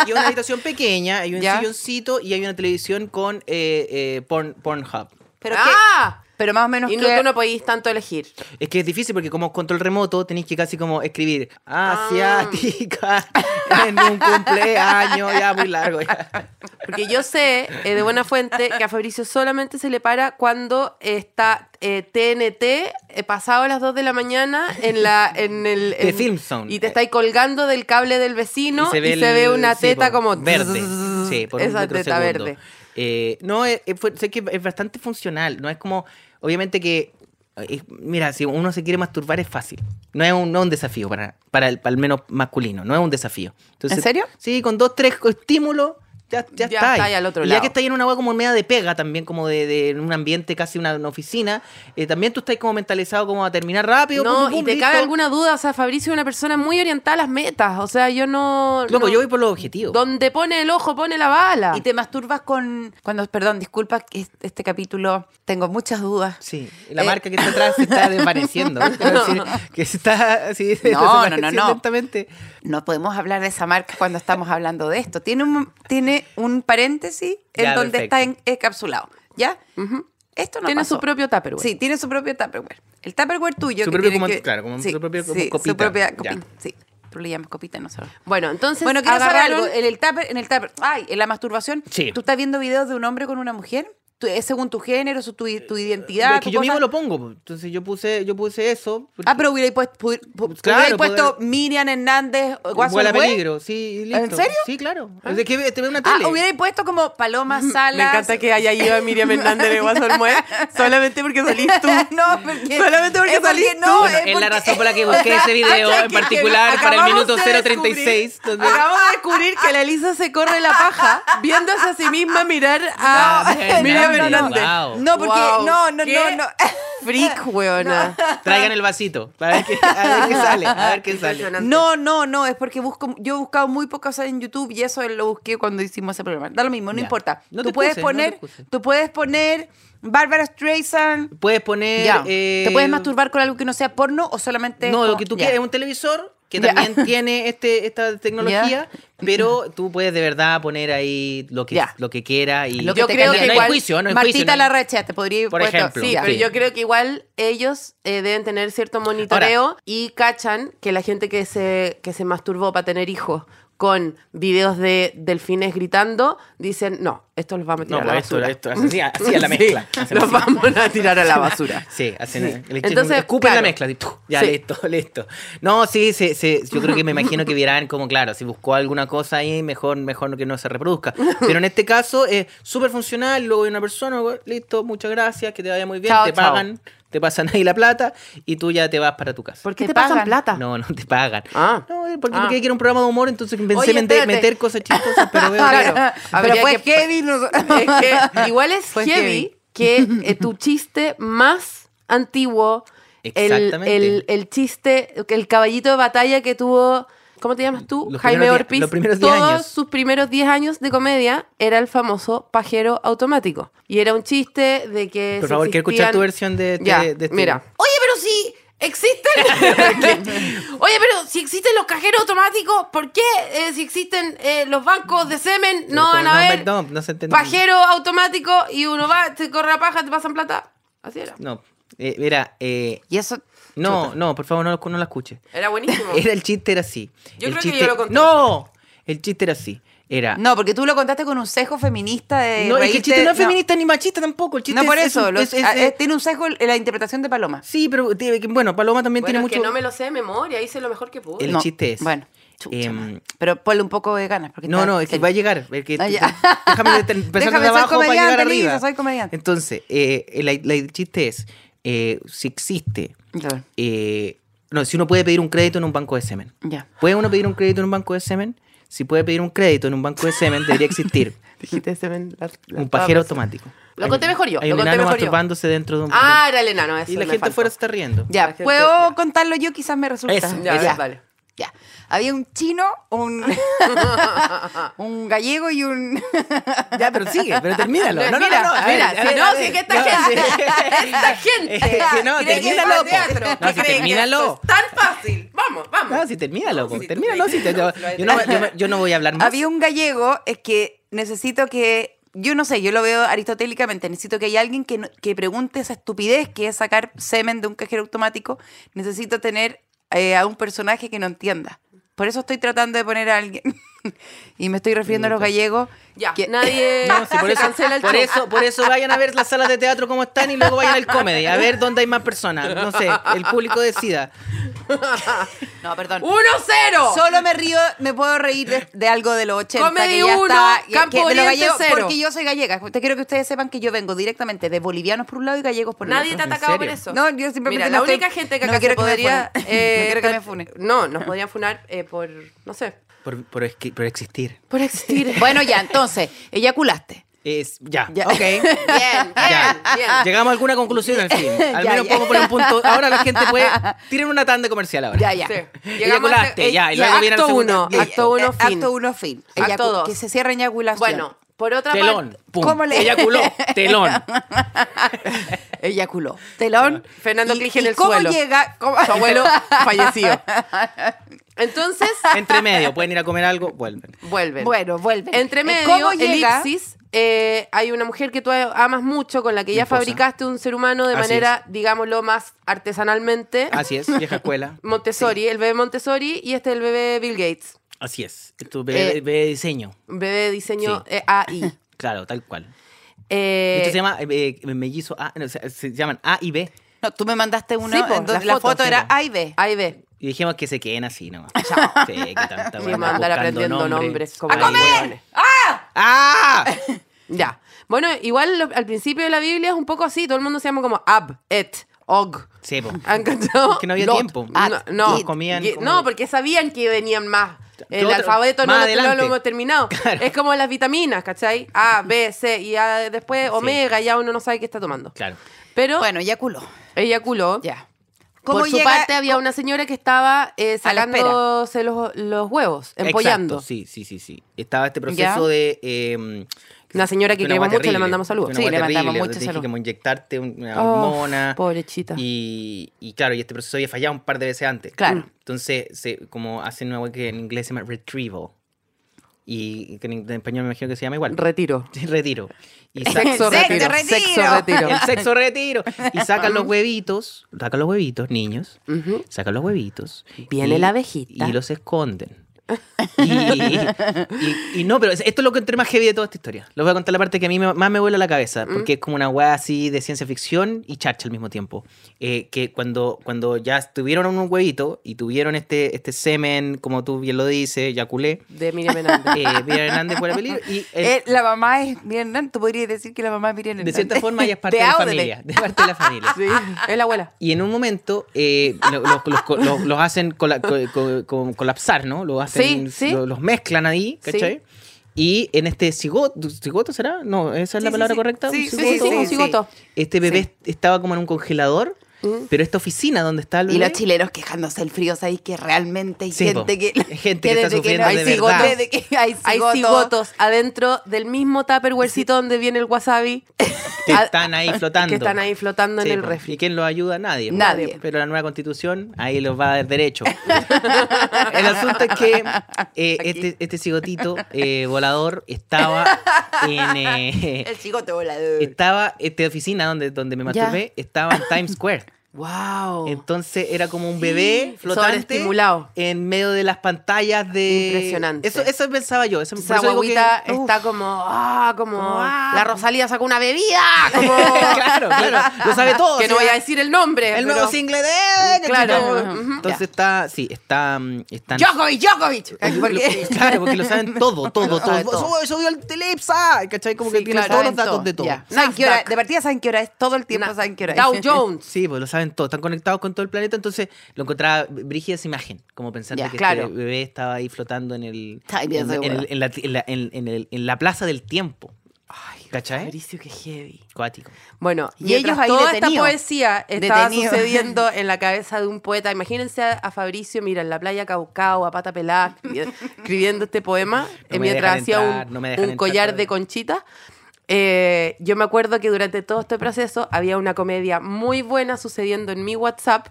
C: Y es una habitación pequeña, hay un
B: Ya.
C: silloncito y hay una televisión con eh, eh, porn, Pornhub.
B: Pero,
F: ¡Ah!
B: que, pero más o menos
F: Y
B: que...
F: no, tú no podéis tanto elegir.
C: Es que es difícil porque como control remoto tenéis que casi como escribir asiática
F: Ah.
C: [LAUGHS] en un cumpleaños, ya muy largo.
F: [LAUGHS]
C: ya.
F: Porque yo sé eh, de buena fuente que a Fabricio solamente se le para cuando está eh, TNT eh, pasado a las 2 de la mañana en la en el
C: The
F: en-
C: Film Zone.
F: y te estáis colgando del cable del vecino y se ve,
C: el-
F: una
C: sí,
F: teta
C: po,
F: como [LAUGHS]
C: verde. Sí, por
F: esa
C: un
F: teta
C: teta
F: verde.
C: no, eh, eh, fue- sé que es bastante funcional. No es como, obviamente que, eh, mira, si uno se quiere masturbar es fácil. No es un, no es un desafío para, para el, para el menos masculino. No es un desafío. Entonces,
B: ¿En serio?
C: Sí, con dos, tres estímulos. Ya, ya,
F: Ya
C: está ahí.
F: está ahí al otro
C: Y
F: lado.
C: ya que está ahí en una agua como media de pega también, como de, de en un ambiente casi una, una oficina, eh, también tú estás como mentalizado como a terminar rápido. pum,
F: No,
C: pum,
F: y
C: pum,
F: te
C: listo.
F: cabe alguna duda, o sea, Fabricio es una persona muy orientada a las metas, o sea, yo no...
C: Loco,
F: no-
C: pues yo voy por los objetivos.
F: Donde pone el ojo, pone la bala.
B: Y te masturbas con. Cuando, perdón, disculpa, que es- este capítulo tengo muchas dudas.
C: Sí, la
B: Eh.
C: marca que está atrás
B: [LAUGHS]
C: se está desvaneciendo. ¿eh? Quiero decir, que se está así [LAUGHS]
B: No, no, no,
C: desvaneciendo
B: no.
C: lentamente.
B: No podemos hablar de esa marca cuando estamos hablando de esto. Tiene un, tiene un paréntesis en
C: Ya,
B: donde
C: perfecto.
B: está en- encapsulado. ¿Ya? Esto no
F: Tiene
B: pasó.
F: su propio tupperware.
B: Sí, tiene su propio Tupperware. El Tupperware tuyo.
C: Su
B: que
C: propio
B: tiene
C: como-
B: que-
C: claro, como
B: sí,
C: su propio como
B: sí, su
C: copita,
B: propia
C: ya.
B: copita. Sí, tú le llamas copita, nosotros.
F: Bueno, entonces
B: Bueno, quiero saber
F: agarraron-
B: algo. En el tupper, en el tupper, ay, en la masturbación,
C: Sí.
B: ¿tú estás viendo videos de un hombre con una mujer? tu- es según tu género, su- tu, tu identidad.
C: Eh, Es que
B: tu
C: yo
B: cosa.
C: mismo lo pongo. po. Entonces yo puse, yo puse eso. porque-
B: Ah, pero hubiera puesto, pu- pu-
C: Claro,
B: hubiera puesto
C: poder-
B: Miriam Hernández, Guaso
C: Igual a
B: del Güey.
C: peligro, sí, y listo.
B: ¿En serio?
C: Sí, claro. Es que te veo una
B: Ah,
C: tele.
B: hubiera puesto como Paloma Salas.
F: Me encanta que haya ido a Miriam
B: [LAUGHS]
F: Hernández de Guasormué solamente porque salís tú.
B: no, porque.
F: Solamente porque
B: es porque
F: salís
B: no,
F: tú.
B: es
C: es la
B: porque-
C: razón por la
B: [LAUGHS]
C: que busqué ese video en particular para el minuto 036. donde-
F: Acabamos de descubrir que la Elisa se corre la paja viéndose a sí misma mirar a
C: Ah,
F: [LAUGHS] Miriam
C: Hernández,
F: Hernández.
C: wow.
B: No, porque.
F: Wow,
B: No, no,
F: qué
B: no, [LAUGHS] no.
F: Freak, weona.
C: Traigan el vasito. Para ver qué,
B: [LAUGHS]
C: a ver qué sale. A ver qué sale.
B: No, no, no, es porque busco, yo he buscado muy pocas cosas en YouTube y eso lo busqué cuando hicimos ese programa. Da lo mismo, no
C: Ya.
B: importa.
C: No
B: tú
C: te
B: puedes
C: excuses, no te
B: poner,
C: excuses.
B: tú puedes poner Bárbara Streisand.
C: Puedes poner.
B: Ya.
C: eh,
B: ¿Te puedes masturbar con algo que no sea porno o solamente
C: No, lo
B: como-
C: que tú
B: Ya.
C: quieras es un televisor que
B: Ya.
C: también [LAUGHS] tiene este, esta tecnología, pero tú puedes de verdad poner ahí lo que,
B: Ya.
C: lo que quieras y
B: Lo que
F: Yo
B: te
F: creo
B: cante.
F: que
C: no hay
F: igual
C: juicio, no hay
B: Martita
C: juicio. no hay-
B: Larracha, te podría
C: Por
B: puesto-
C: ejemplo.
F: Sí,
B: ya.
F: pero
C: Sí.
F: yo creo que igual ellos eh, deben tener cierto monitoreo y cachan que la gente que se, que se masturbó para tener hijos con videos de delfines gritando, dicen, no, esto los vamos a
C: No,
F: tirar a la
C: pues esto,
F: basura.
C: esto, así, así a la mezcla.
F: [LAUGHS] Sí,
C: Hacen
F: los
C: así.
F: vamos a tirar a la basura.
C: Sí, hacen el-
F: Entonces,
C: escupen la
F: claro.
C: mezcla. así, ¡puf! Ya,
F: Sí.
C: listo, listo. No, sí, sí, sí, yo creo que me imagino que vieran como, claro, si buscó alguna cosa ahí, mejor, mejor que no se reproduzca. Pero en este caso es súper funcional, luego hay una persona, bueno, listo, muchas gracias, que te vaya muy bien,
F: Chao,
C: te
F: chao.
C: pagan, te pasan ahí la plata y tú ya te vas para tu casa.
F: ¿Por qué
B: Te
F: te pasan
B: pagan.
F: plata?
C: No, no te pagan.
F: Ah.
C: No, eh, porque
F: Ah.
C: porque era un programa de humor, entonces pensé
F: Oye,
C: meter,
F: espérate.
C: meter cosas chistosas, pero
F: [LAUGHS]
C: veo que-
F: Claro.
B: Pero
F: Habría
B: fue
F: que-
B: heavy, no-
F: Es que igual es
B: Fue
F: heavy, que eh, tu chiste más antiguo, el,
C: Exactamente.
F: el- el chiste, el caballito de batalla que tuvo, ¿cómo te llamas tú?
C: Los
F: Jaime
C: primeros die-
F: Orpiz.
C: los primeros diez
F: todos
C: años.
F: sus primeros 10 años de comedia era el famoso pajero automático. Y era un chiste de que.
C: Por
F: si
C: favor, quiero escuchar
F: existían-
C: tu versión de, de-
F: Ya,
C: de este-
F: mira. Oye, pero si existen.
C: [LAUGHS]
F: Oye, pero si existen los cajeros automáticos, ¿por qué eh, si existen eh, los bancos de semen
C: Pero
F: no
C: como
F: van a
C: este- no,
F: haber
C: no, no se entendió.
F: pajero automático y uno va, te corre la paja, te pasan plata? Así era.
C: No, eh, mira, eh,
B: [LAUGHS] Y eso
C: no, no, por favor, no, lo- no la escuche.
F: Era buenísimo.
C: [LAUGHS] Era el chiste, era así.
F: Yo
C: el
F: creo que
C: chiste,
F: yo lo conté.
C: No, el chiste era así. Era.
B: no, porque tú lo contaste con un sesgo feminista
F: eh,
B: de
C: No, es que el chiste
B: reírte-
C: no es feminista ni machista tampoco. El chiste
B: No, por
C: es- es
B: eso,
C: un-
B: los-
C: es- es-
B: ah, eh,
F: este
C: es-
B: tiene un sesgo la interpretación de Paloma.
C: sí, pero tiene que- bueno, Paloma también
F: bueno,
C: tiene
F: que
C: mucho.
F: no me lo sé de memoria, hice lo mejor que pude.
C: El
B: No,
C: chiste es.
B: Bueno, chucha,
C: em,
B: madre. pero ponle un poco de ganas. Porque
C: No,
B: está-
C: no, es que
B: el-
C: va a llegar. es que-
B: Ah, ya.
C: déjame
F: [LAUGHS]
C: de- empezar
B: Déjame,
C: desde
B: soy
C: abajo para llegar
B: comediante,
C: arriba.
B: Lisa, soy comediante.
C: Entonces, eh, el, la- el chiste es, eh, si existe,
B: Ya,
C: eh, no, si uno puede pedir un crédito en un banco de semen.
B: ya.
C: ¿Puede uno pedir un crédito en un banco de semen? Si puede pedir un crédito en un banco de semen, debería existir
F: [LAUGHS] Dijiste semen. la- la-
C: un pajero automático.
F: Lo conté mejor yo,
C: Hay
F: lo
C: un
F: conté
C: enano
F: mejor yo.
C: masturbándose dentro de un...
F: Ah, era el enano, eso
C: y la
F: me
C: gente
F: faltó.
C: afuera se está riendo.
B: Ya,
F: gente-
B: puedo contarlo yo, quizás me resulta.
C: Eso,
F: Ya,
B: ya.
F: vale.
B: Ya. Había un chino,
C: [LAUGHS]
B: un, [LAUGHS] un gallego y un.
C: Ya, pero sigue, pero termínalo. No, no,
F: mira,
C: no, no, a ver,
F: mira,
C: a
F: si
C: ver,
F: no,
C: a ver.
F: si que esta gente- [LAUGHS]
C: [LAUGHS]
F: Esta gente.
C: Eh, que no,
F: cree que
C: termínalo,
F: esto
C: po.
F: es teatro.
C: No,
F: ¿Qué
C: si
F: creen que
C: termínalo.
F: esto es tan fácil. Vamos, vamos.
C: No, si termínalo, po,
F: si tú
C: termínalo. Si
F: crees
C: te-
F: que no,
C: yo,
F: si lo hay-
C: yo no, yo- yo no voy a hablar más.
B: Había un gallego, es que necesito que. Yo no sé, yo lo veo aristotélicamente. Necesito que haya alguien que, no- que pregunte esa estupidez que es sacar semen de un cajero automático. Necesito tener eh, a un personaje que no entienda. Por eso estoy tratando de poner a alguien. [LAUGHS] y me estoy refiriendo a los gallegos.
F: Ya,
B: que-
F: nadie
C: [LAUGHS] No, si por
F: se
C: eso,
F: cancela el
C: por
F: show.
C: eso, por eso vayan a ver las salas de teatro como están y luego vayan al comedy, a ver dónde hay más personas. No sé, el público decida.
B: No, perdón.
F: 1-0.
B: eh, Solo me río, me puedo reír de, de algo de los 80.
F: Comedy
B: que ya
F: uno,
B: estaba- que-
F: Campo
B: que de los
F: Oriente
B: gallegos,
F: cero.
B: Porque yo soy gallega. Te quiero que ustedes sepan que yo vengo directamente de bolivianos por un lado y gallegos por el
F: Nadie te
B: otro.
F: ha atacado
C: ¿En
F: por
C: serio?
F: eso.
B: No, yo simplemente
F: Mira,
B: no
F: la
B: estoy-
F: única gente que
B: no
F: acá se
B: quiero que me
F: podría.
B: funen.
F: eh,
B: No quiero que me
F: tra-
B: funen.
F: No, nos podrían funar eh, por. No sé.
C: Por, por, esqui- por existir.
F: Por existir.
B: [LAUGHS] Bueno, ya, entonces, eyaculaste.
C: Es, ya,
B: Ya.
C: ok.
F: [LAUGHS] Bien,
C: Ya.
F: bien, bien.
C: Llegamos a alguna conclusión al
F: [LAUGHS]
C: fin. Al
B: Ya,
C: menos
B: ya.
C: podemos poner un punto. Ahora la gente puede. Tiren una tanda comercial ahora.
B: Ya, ya.
F: Sí. Llegamos a-
C: Eyaculaste, ya. Y
F: eh, ya,
C: luego viene el
F: acto
C: segundo. Eh,
F: uno, acto uno, fin.
B: Acto uno, fin.
F: Acto
B: Eyacu-
F: dos.
B: Que se cierra eyaculación.
F: Bueno, por otra
C: Telón.
F: parte.
C: Pum.
B: ¿Cómo le-
F: [LAUGHS]
C: Eyaculó. Telón.
B: Eyaculó. Telón.
F: Fernando
B: Y-
F: Clige en
B: y
F: el
B: ¿cómo
F: suelo.
B: llega? cómo-
F: Su
C: [LAUGHS]
F: abuelo fallecido. Entonces,
C: Entre medio. Pueden ir a comer algo. [LAUGHS] Vuelven. Eh,
F: vuelven.
B: [LAUGHS] Bueno, vuelve.
F: Entre medio,
B: ¿Cómo llega?
F: elipsis, eh, hay una mujer que tú amas mucho, con la que
C: Mi
F: ya
C: esposa.
F: fabricaste un ser humano de
C: Así
F: manera, digámoslo, más artesanalmente.
C: Así es. Vieja escuela.
F: Montessori, el bebé Montessori y este el bebé Bill Gates.
C: Así es. Tu bebé,
F: Eh,
C: bebé diseño.
F: Bebé de diseño
C: Sí. [LAUGHS]
F: eh, AI.
C: Claro, tal cual.
F: Eh,
C: De hecho, se llama eh, eh, mellizo A, no, se, se llaman A y B.
B: No, tú me mandaste una
F: Sí, po,
B: en donde
F: las
B: la
F: fotos,
B: foto
F: sí,
B: era
F: po.
B: A y B.
F: Ahí ve.
C: Y dijimos que se queden así nomás.
F: [LAUGHS]
C: Sí, que tanta
F: Sí,
C: weá,
F: mandar
C: buscando
F: aprendiendo nombres. como
C: Ay,
F: comer!
C: ¡Ah!
F: Ya. Bueno, igual lo- al principio de la Biblia es un poco así. Todo el mundo se llama como Ab, Et, Og.
C: Sí, po.
F: ¿Han cachado?
C: Es que no había
F: Lot.
C: tiempo.
F: Ah, no,
C: Todos comían
F: Que-
C: como-
F: No, porque sabían que venían más. El
C: Otro-
F: alfabeto no,
C: más
F: lo- no
C: adelante.
F: lo hemos terminado.
C: Claro.
F: Es como las vitaminas, ¿cachai? A, B, C y A, después omega, ya uno no sabe qué está tomando.
C: Claro.
F: Pero
E: Bueno, ya culó.
F: ella culó.
E: Ya.
B: ¿Cómo
F: Por su
B: llega-
F: parte había una señora que estaba eh,
B: A la espera.
F: sacándose los, los huevos, empollando.
C: Exacto, sí, sí, sí, sí. Estaba este proceso de... eh,
F: Una señora que
C: una
F: queremos
C: guay
F: mucho, le
C: terrible,
F: mandamos saludos.
C: una
B: Sí,
C: guay
B: le mandamos
C: terrible,
B: muchos
C: donde dije
B: saludos.
C: como inyectarte una
F: Oh,
C: hormona.
F: pobrecita.
C: Y, y claro, y este proceso había fallado un par de veces antes.
B: Claro.
C: Entonces, se, como hacen una web que en inglés se llama retrieval. Y que en, en español me imagino que se llama igual.
F: Retiro.
C: [LAUGHS] retiro. Y sa-
B: Sexo
F: Sexo, retiro.
B: retiro.
F: Sexo retiro.
C: el sexo
F: [LAUGHS]
C: retiro. Y sacan los huevitos. Sacan los huevitos, niños.
F: Ujú.
C: Sacan los huevitos.
F: Viene
C: y-
F: la abejita.
C: Y los esconden.
F: [LAUGHS]
C: Y, y- y no, pero es- esto es lo que entré más heavy de toda esta historia. Les voy a contar la parte que a mí me- más me vuela la cabeza, porque es como una weá así de ciencia ficción y charcha al mismo tiempo. Eh, que cuando, cuando ya tuvieron un huevito y tuvieron este, este semen, como tú bien lo dices, ya culé,
F: De Miriam Hernández.
C: eh, Miriam Hernández fuera de peligro. Y el-
F: [LAUGHS]
B: Eh, la mamá es Miriam Hernández. Tú podrías decir que la mamá es Miriam
C: de
B: Hernández.
C: cierta forma ella
B: [LAUGHS]
C: es parte
B: Te
C: de la
B: áudele.
C: familia. De parte de la familia.
F: Sí, es la abuela.
C: Y en un momento eh, lo- los, los- co- los- los hacen cola- co- co- co- colapsar, ¿no? Los hacen,
F: Sí, sí.
C: lo- los mezclan ahí,
F: Sí.
C: ¿cachai? Y en este cigoto, ¿cigoto será? No, ¿esa es
B: Sí,
C: la
B: sí,
C: palabra
B: sí.
C: correcta?
B: Sí, sí,
C: ¿Un
F: Sí, sí,
C: cigoto?
F: sí, un
B: sí.
F: cigoto.
C: Este bebé estaba como en un congelador,
F: Mm.
C: pero esta oficina donde está el
B: Y los
C: bebé...
B: chilenos quejándose del frío, sabéis que realmente hay
C: Sí, po.
B: gente que.
C: Hay gente que está
B: desde
C: sufriendo
B: hay
C: de
B: cigotos,
C: verdad.
B: desde que hay
F: Hay
B: cigotos.
F: cigotos adentro del mismo tupperwarecito donde viene el wasabi.
C: que
F: a-
C: están ahí flotando.
F: [LAUGHS] Que están ahí flotando
C: Sí,
F: en el
C: po.
F: refri.
C: ¿Y quién los ayuda? Nadie. po.
B: Nadie.
C: Pero la nueva constitución ahí los va a dar
F: [LAUGHS]
C: derecho. el asunto es que eh, este, este cigotito eh, volador estaba en... eh,
B: El cigoto volador.
C: estaba esta oficina donde, donde me masturbé estaba en Times Square.
F: ¡Wow!
C: Eh, Entonces era como un bebé flotante
F: Oh. Sobreestimulado.
C: en medio de las pantallas de
F: Impresionante.
C: Eso eso pensaba Pues yo, eso, por
F: Esa
C: eso digo que-
F: guaguita
C: Uf.
F: está como, ah, como,
C: ah.
F: la Rosalía sacó una bebida, [LAUGHS] como,
C: [LAUGHS] Claro, claro, lo
F: [LAUGHS]
C: sabe todo.
F: que no
C: sí,
F: voy a decir el nombre.
C: el nuevo
F: pero-
C: single de él.
F: Claro.
C: ¿cachai?
F: Ujú.
C: Entonces está, sí, está mm, están [LAUGHS]
B: Djokovic, Djokovic. Porque-
C: Claro, porque lo saben todo, todo,
B: Lo sabe
C: todo.
B: todo.
C: Subió, subió el Telepsa, ¿cachai? Como que
F: Sí,
C: tiene
F: claro,
C: todos los
F: saben
C: datos
F: todo,
C: de todo.
F: ya.
B: ¿Saben qué hora?
F: Nasdaq.
B: De partida saben qué hora es. Todo el tiempo
F: Na-
B: saben qué hora es.
F: Dow Jones.
C: Sí, pues lo saben todos, están conectados con todo el planeta, entonces lo encontraba brígida esa imagen, como pensando
B: Ya,
C: que
F: claro.
C: este bebé estaba ahí flotando en el
E: Ay,
C: en,
E: Dios,
C: en
E: de
C: el-
E: huevo.
C: en la, en la- en- en el- en la plaza del tiempo. ¿Cachai?
F: Mauricio, qué heavy.
C: Cuático.
F: Bueno,
B: Y
F: y ellos
B: otros ahí
F: toda esta
B: detenidos.
F: poesía estaba
B: Detenidos.
C: [LAUGHS]
F: sucediendo en la cabeza de un poeta. Imagínense a, a Fabricio, mira, en la playa Caucao, a pata pelada,
C: [LAUGHS]
F: escribi- escribiendo este poema
C: No
F: eh,
C: me
F: mientras
C: dejan
F: hacía
C: entrar,
F: un,
C: no me
F: un
C: dejan entrar
F: collar
C: todavía.
F: de conchitas. Eh, yo me acuerdo que durante todo este proceso había una comedia muy buena sucediendo en mi WhatsApp,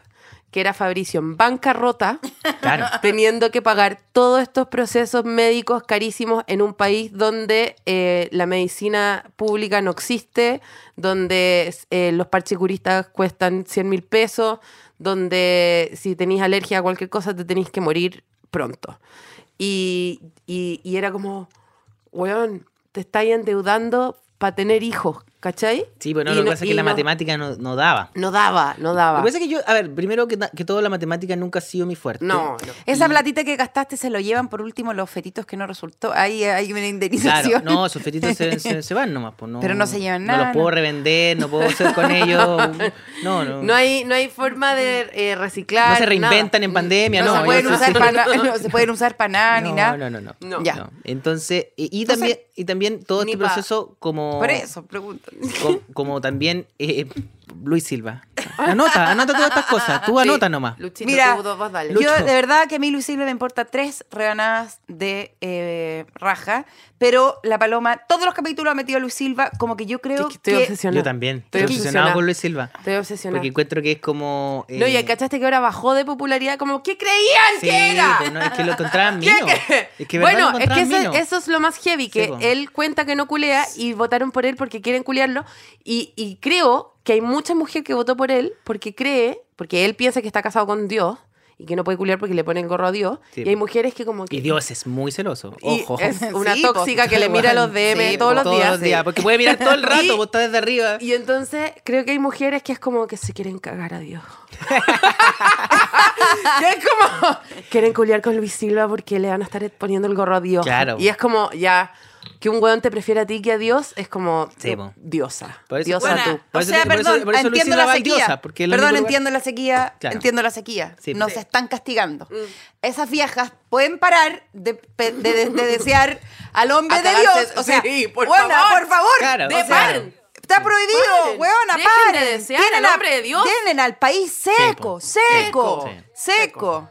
F: que era Fabricio en bancarrota
C: Claro.
F: teniendo que pagar todos estos procesos médicos carísimos en un país donde eh, la medicina pública no existe, donde eh, los parchicuristas cuestan 100 mil pesos, donde si tenéis alergia a cualquier cosa te tenéis que morir pronto. Y, y- y era como, weón, te estáis endeudando para tener hijos, ¿cachai?
C: Sí, pero no,
F: Y
C: lo que
F: no-
C: pasa es
F: y
C: que la
F: no-
C: matemática no, no daba.
F: No daba, no
C: Lo
F: daba.
C: que pasa es que yo, a ver, primero que, na- que todo, la matemática nunca ha sido mi fuerte.
F: No, no.
B: Esa platita que gastaste se lo llevan por último los fetitos que no resultó. Ahí hay una
C: Claro,
B: indemnización. [LAUGHS]
C: no, sus fetitos se, se- se van nomás. Pues, no,
B: Pero no se llevan
C: No
B: nada,
C: los puedo
B: no.
C: revender, no puedo hacer con ellos. No, no.
F: No hay, no hay forma de eh, reciclar.
C: No se reinventan
F: nada.
C: en pandemia,
B: No
C: no,
B: se
C: yo
B: pueden
C: sí-
B: usar para na- no se pueden usar para nada ni
C: no,
B: nada.
C: No, no, no.
F: No.
B: Ya.
C: No. Entonces, y, y también, y también todo
F: ni
C: este
F: pa-
C: proceso como,
B: Por eso, pregunto.
C: co- como también eh, Luis Silva. Anota, anota todas estas cosas. Tú anota nomás.
F: Luchito,
B: Mira,
F: tú, vos- vos dale.
B: yo
C: Lucho.
B: de verdad que a mí Luis Silva me importa tres rebanadas de eh, raja, pero la paloma, todos los capítulos ha metido a Luis Silva, como que yo creo
F: Es que estoy
B: que...
F: obsesionada.
C: Yo también.
F: Estoy
C: Estoy obsesionado
F: obsesionada.
C: con Luis Silva.
F: Estoy obsesionada.
C: Porque encuentro que es como. eh,
F: no, y cachaste que ahora bajó de popularidad, como, ¿qué creían
C: sí,
F: que era?
C: pues no, es que lo encontraban
F: ¿Qué-
C: mino.
F: qué?
C: Es que de verdad
F: bueno,
C: lo
F: es que
C: encontraban
F: eso,
C: mino.
F: eso es lo más heavy, que
C: Sí, po.
F: él cuenta que no culea y votaron por él porque quieren culearlo. Y, y creo que hay mucha mujer que votó por él porque cree, porque él piensa que está casado con Dios y que no puede culiar porque le pone el gorro a Dios.
C: Sí.
F: Y hay mujeres que como que...
C: Y Dios es muy celoso.
F: Y
C: Ojo. [LAUGHS]
F: es
B: [LAUGHS]
F: una
B: Sí,
F: tóxica
B: po.
F: que le mira los DM
B: Sí,
F: todos,
B: po.
F: los, días.
C: Porque puede mirar todo el
F: [LAUGHS]
C: rato, vos estás desde arriba.
F: Y entonces creo que hay mujeres que es como que se quieren cagar a Dios. que es como quieren culiar con Luis Silva porque le van a estar poniendo el gorro a Dios.
C: Claro.
F: Y es como ya que un weón te prefiera a ti que a Dios es como
C: Sí,
F: eh,
C: po.
F: diosa.
C: Por eso-
F: diosa
C: Buena.
F: tú.
C: Por
B: o
C: eso-
B: sea,
C: por eso-
B: perdón,
C: por eso Luis
B: entiendo
C: Silva
B: la
C: va
B: sequía.
C: diosa, porque es el
B: perdón,
C: único lugar-
B: entiendo la sequía,
C: Claro.
B: entiendo la sequía.
C: Sí. pues.
B: Nos
C: Sí.
B: están castigando.
F: Mm.
B: Esas viejas pueden parar de, pe- de- de- de desear al hombre
F: A
B: de
F: cagarse-
B: Dios. O sea,
F: sí, por
B: weona,
F: favor.
B: por favor.
C: Claro,
B: o
C: de
B: sea,
F: paren.
B: Está prohibido,
F: Paren.
B: weona,
F: Dejen de
B: paren.
F: desear al
B: a-
F: hombre de Dios.
B: Tienen al país seco,
C: po.
B: seco,
C: pues. Sí.
B: seco.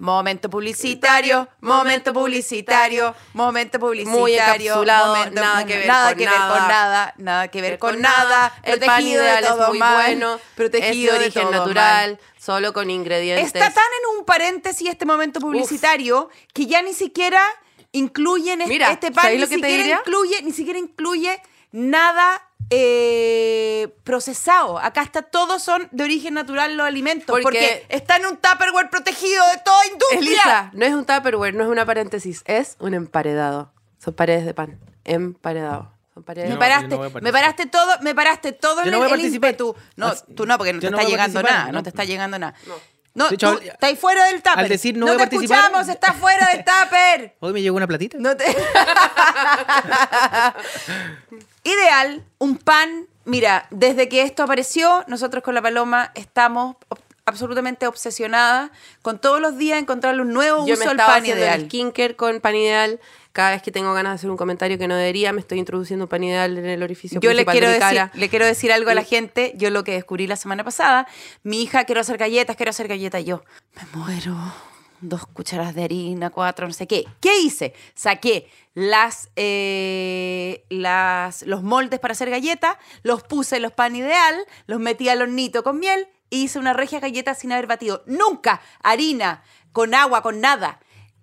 B: Momento publicitario, momento publicitario, momento publicitario.
F: encapsulado,
B: momento-
F: nada que ver
B: nada
F: con
B: que ver con
F: nada.
B: nada, nada que ver con nada.
F: El pan
B: protegido de
F: ideal es
B: todo
F: muy
B: mal,
F: bueno.
B: protegido
F: es de origen
B: todo
F: natural,
B: mal.
F: solo con ingredientes.
B: Está tan en un paréntesis este momento publicitario que ya ni siquiera incluyen es-
F: Mira,
B: este pan,
F: ¿sabéis
B: ni
F: lo que te
B: siquiera
F: diría?
B: incluye, ni siquiera incluye nada eh, procesado. Acá está todo son de origen natural los alimentos porque,
F: Porque-
B: está en un Tupperware protegido de toda industria.
F: Elisa, no es un Tupperware, no es una paréntesis, es un emparedado. Son paredes de pan. Emparedado. Son paredes
B: Me
C: No,
B: paraste,
C: yo no voy a
B: me
C: participar.
B: paraste todo, me paraste todo
C: Yo
B: en
C: no voy
B: el,
C: a
B: el
C: participar.
B: ímpetu. No,
C: As-
B: tú no, porque no
C: yo
B: te
C: no
B: está
C: voy a
B: llegando
C: participar,
B: nada, no
C: no.
B: te está llegando nada. No,
C: De
B: tú
C: hecho, al-
B: estás ahí fuera del tupper.
C: al decir no voy a
B: te
C: participar-
B: escuchamos, estás fuera del tupper.
C: Hoy me llegó una platita.
B: No te- [LAUGHS] Ideal, un pan. Mira, desde que esto apareció, nosotros con la paloma estamos ob- absolutamente obsesionadas con todos los días encontrarle un nuevo
F: Yo me
B: uso al
F: estaba
B: pan
F: haciendo el
B: ideal.
F: skinker con pan ideal. Cada vez que tengo ganas de hacer un comentario que no debería, me estoy introduciendo un pan ideal en el orificio
B: Yo le
F: principal
B: quiero,
F: de mi
B: decir,
F: cara.
B: le quiero decir algo a la
F: Y-
B: gente. Yo lo que descubrí la semana pasada, mi hija, quiero hacer galletas, quiero hacer galletas. Yo, me muero. Dos cucharas de harina, cuatro, no sé qué. ¿Qué hice? Saqué las, eh, las, los moldes para hacer galletas, los puse en los pan ideal, los metí al hornito con miel y hice una regia galleta sin haber batido. Nunca harina, con agua, con nada.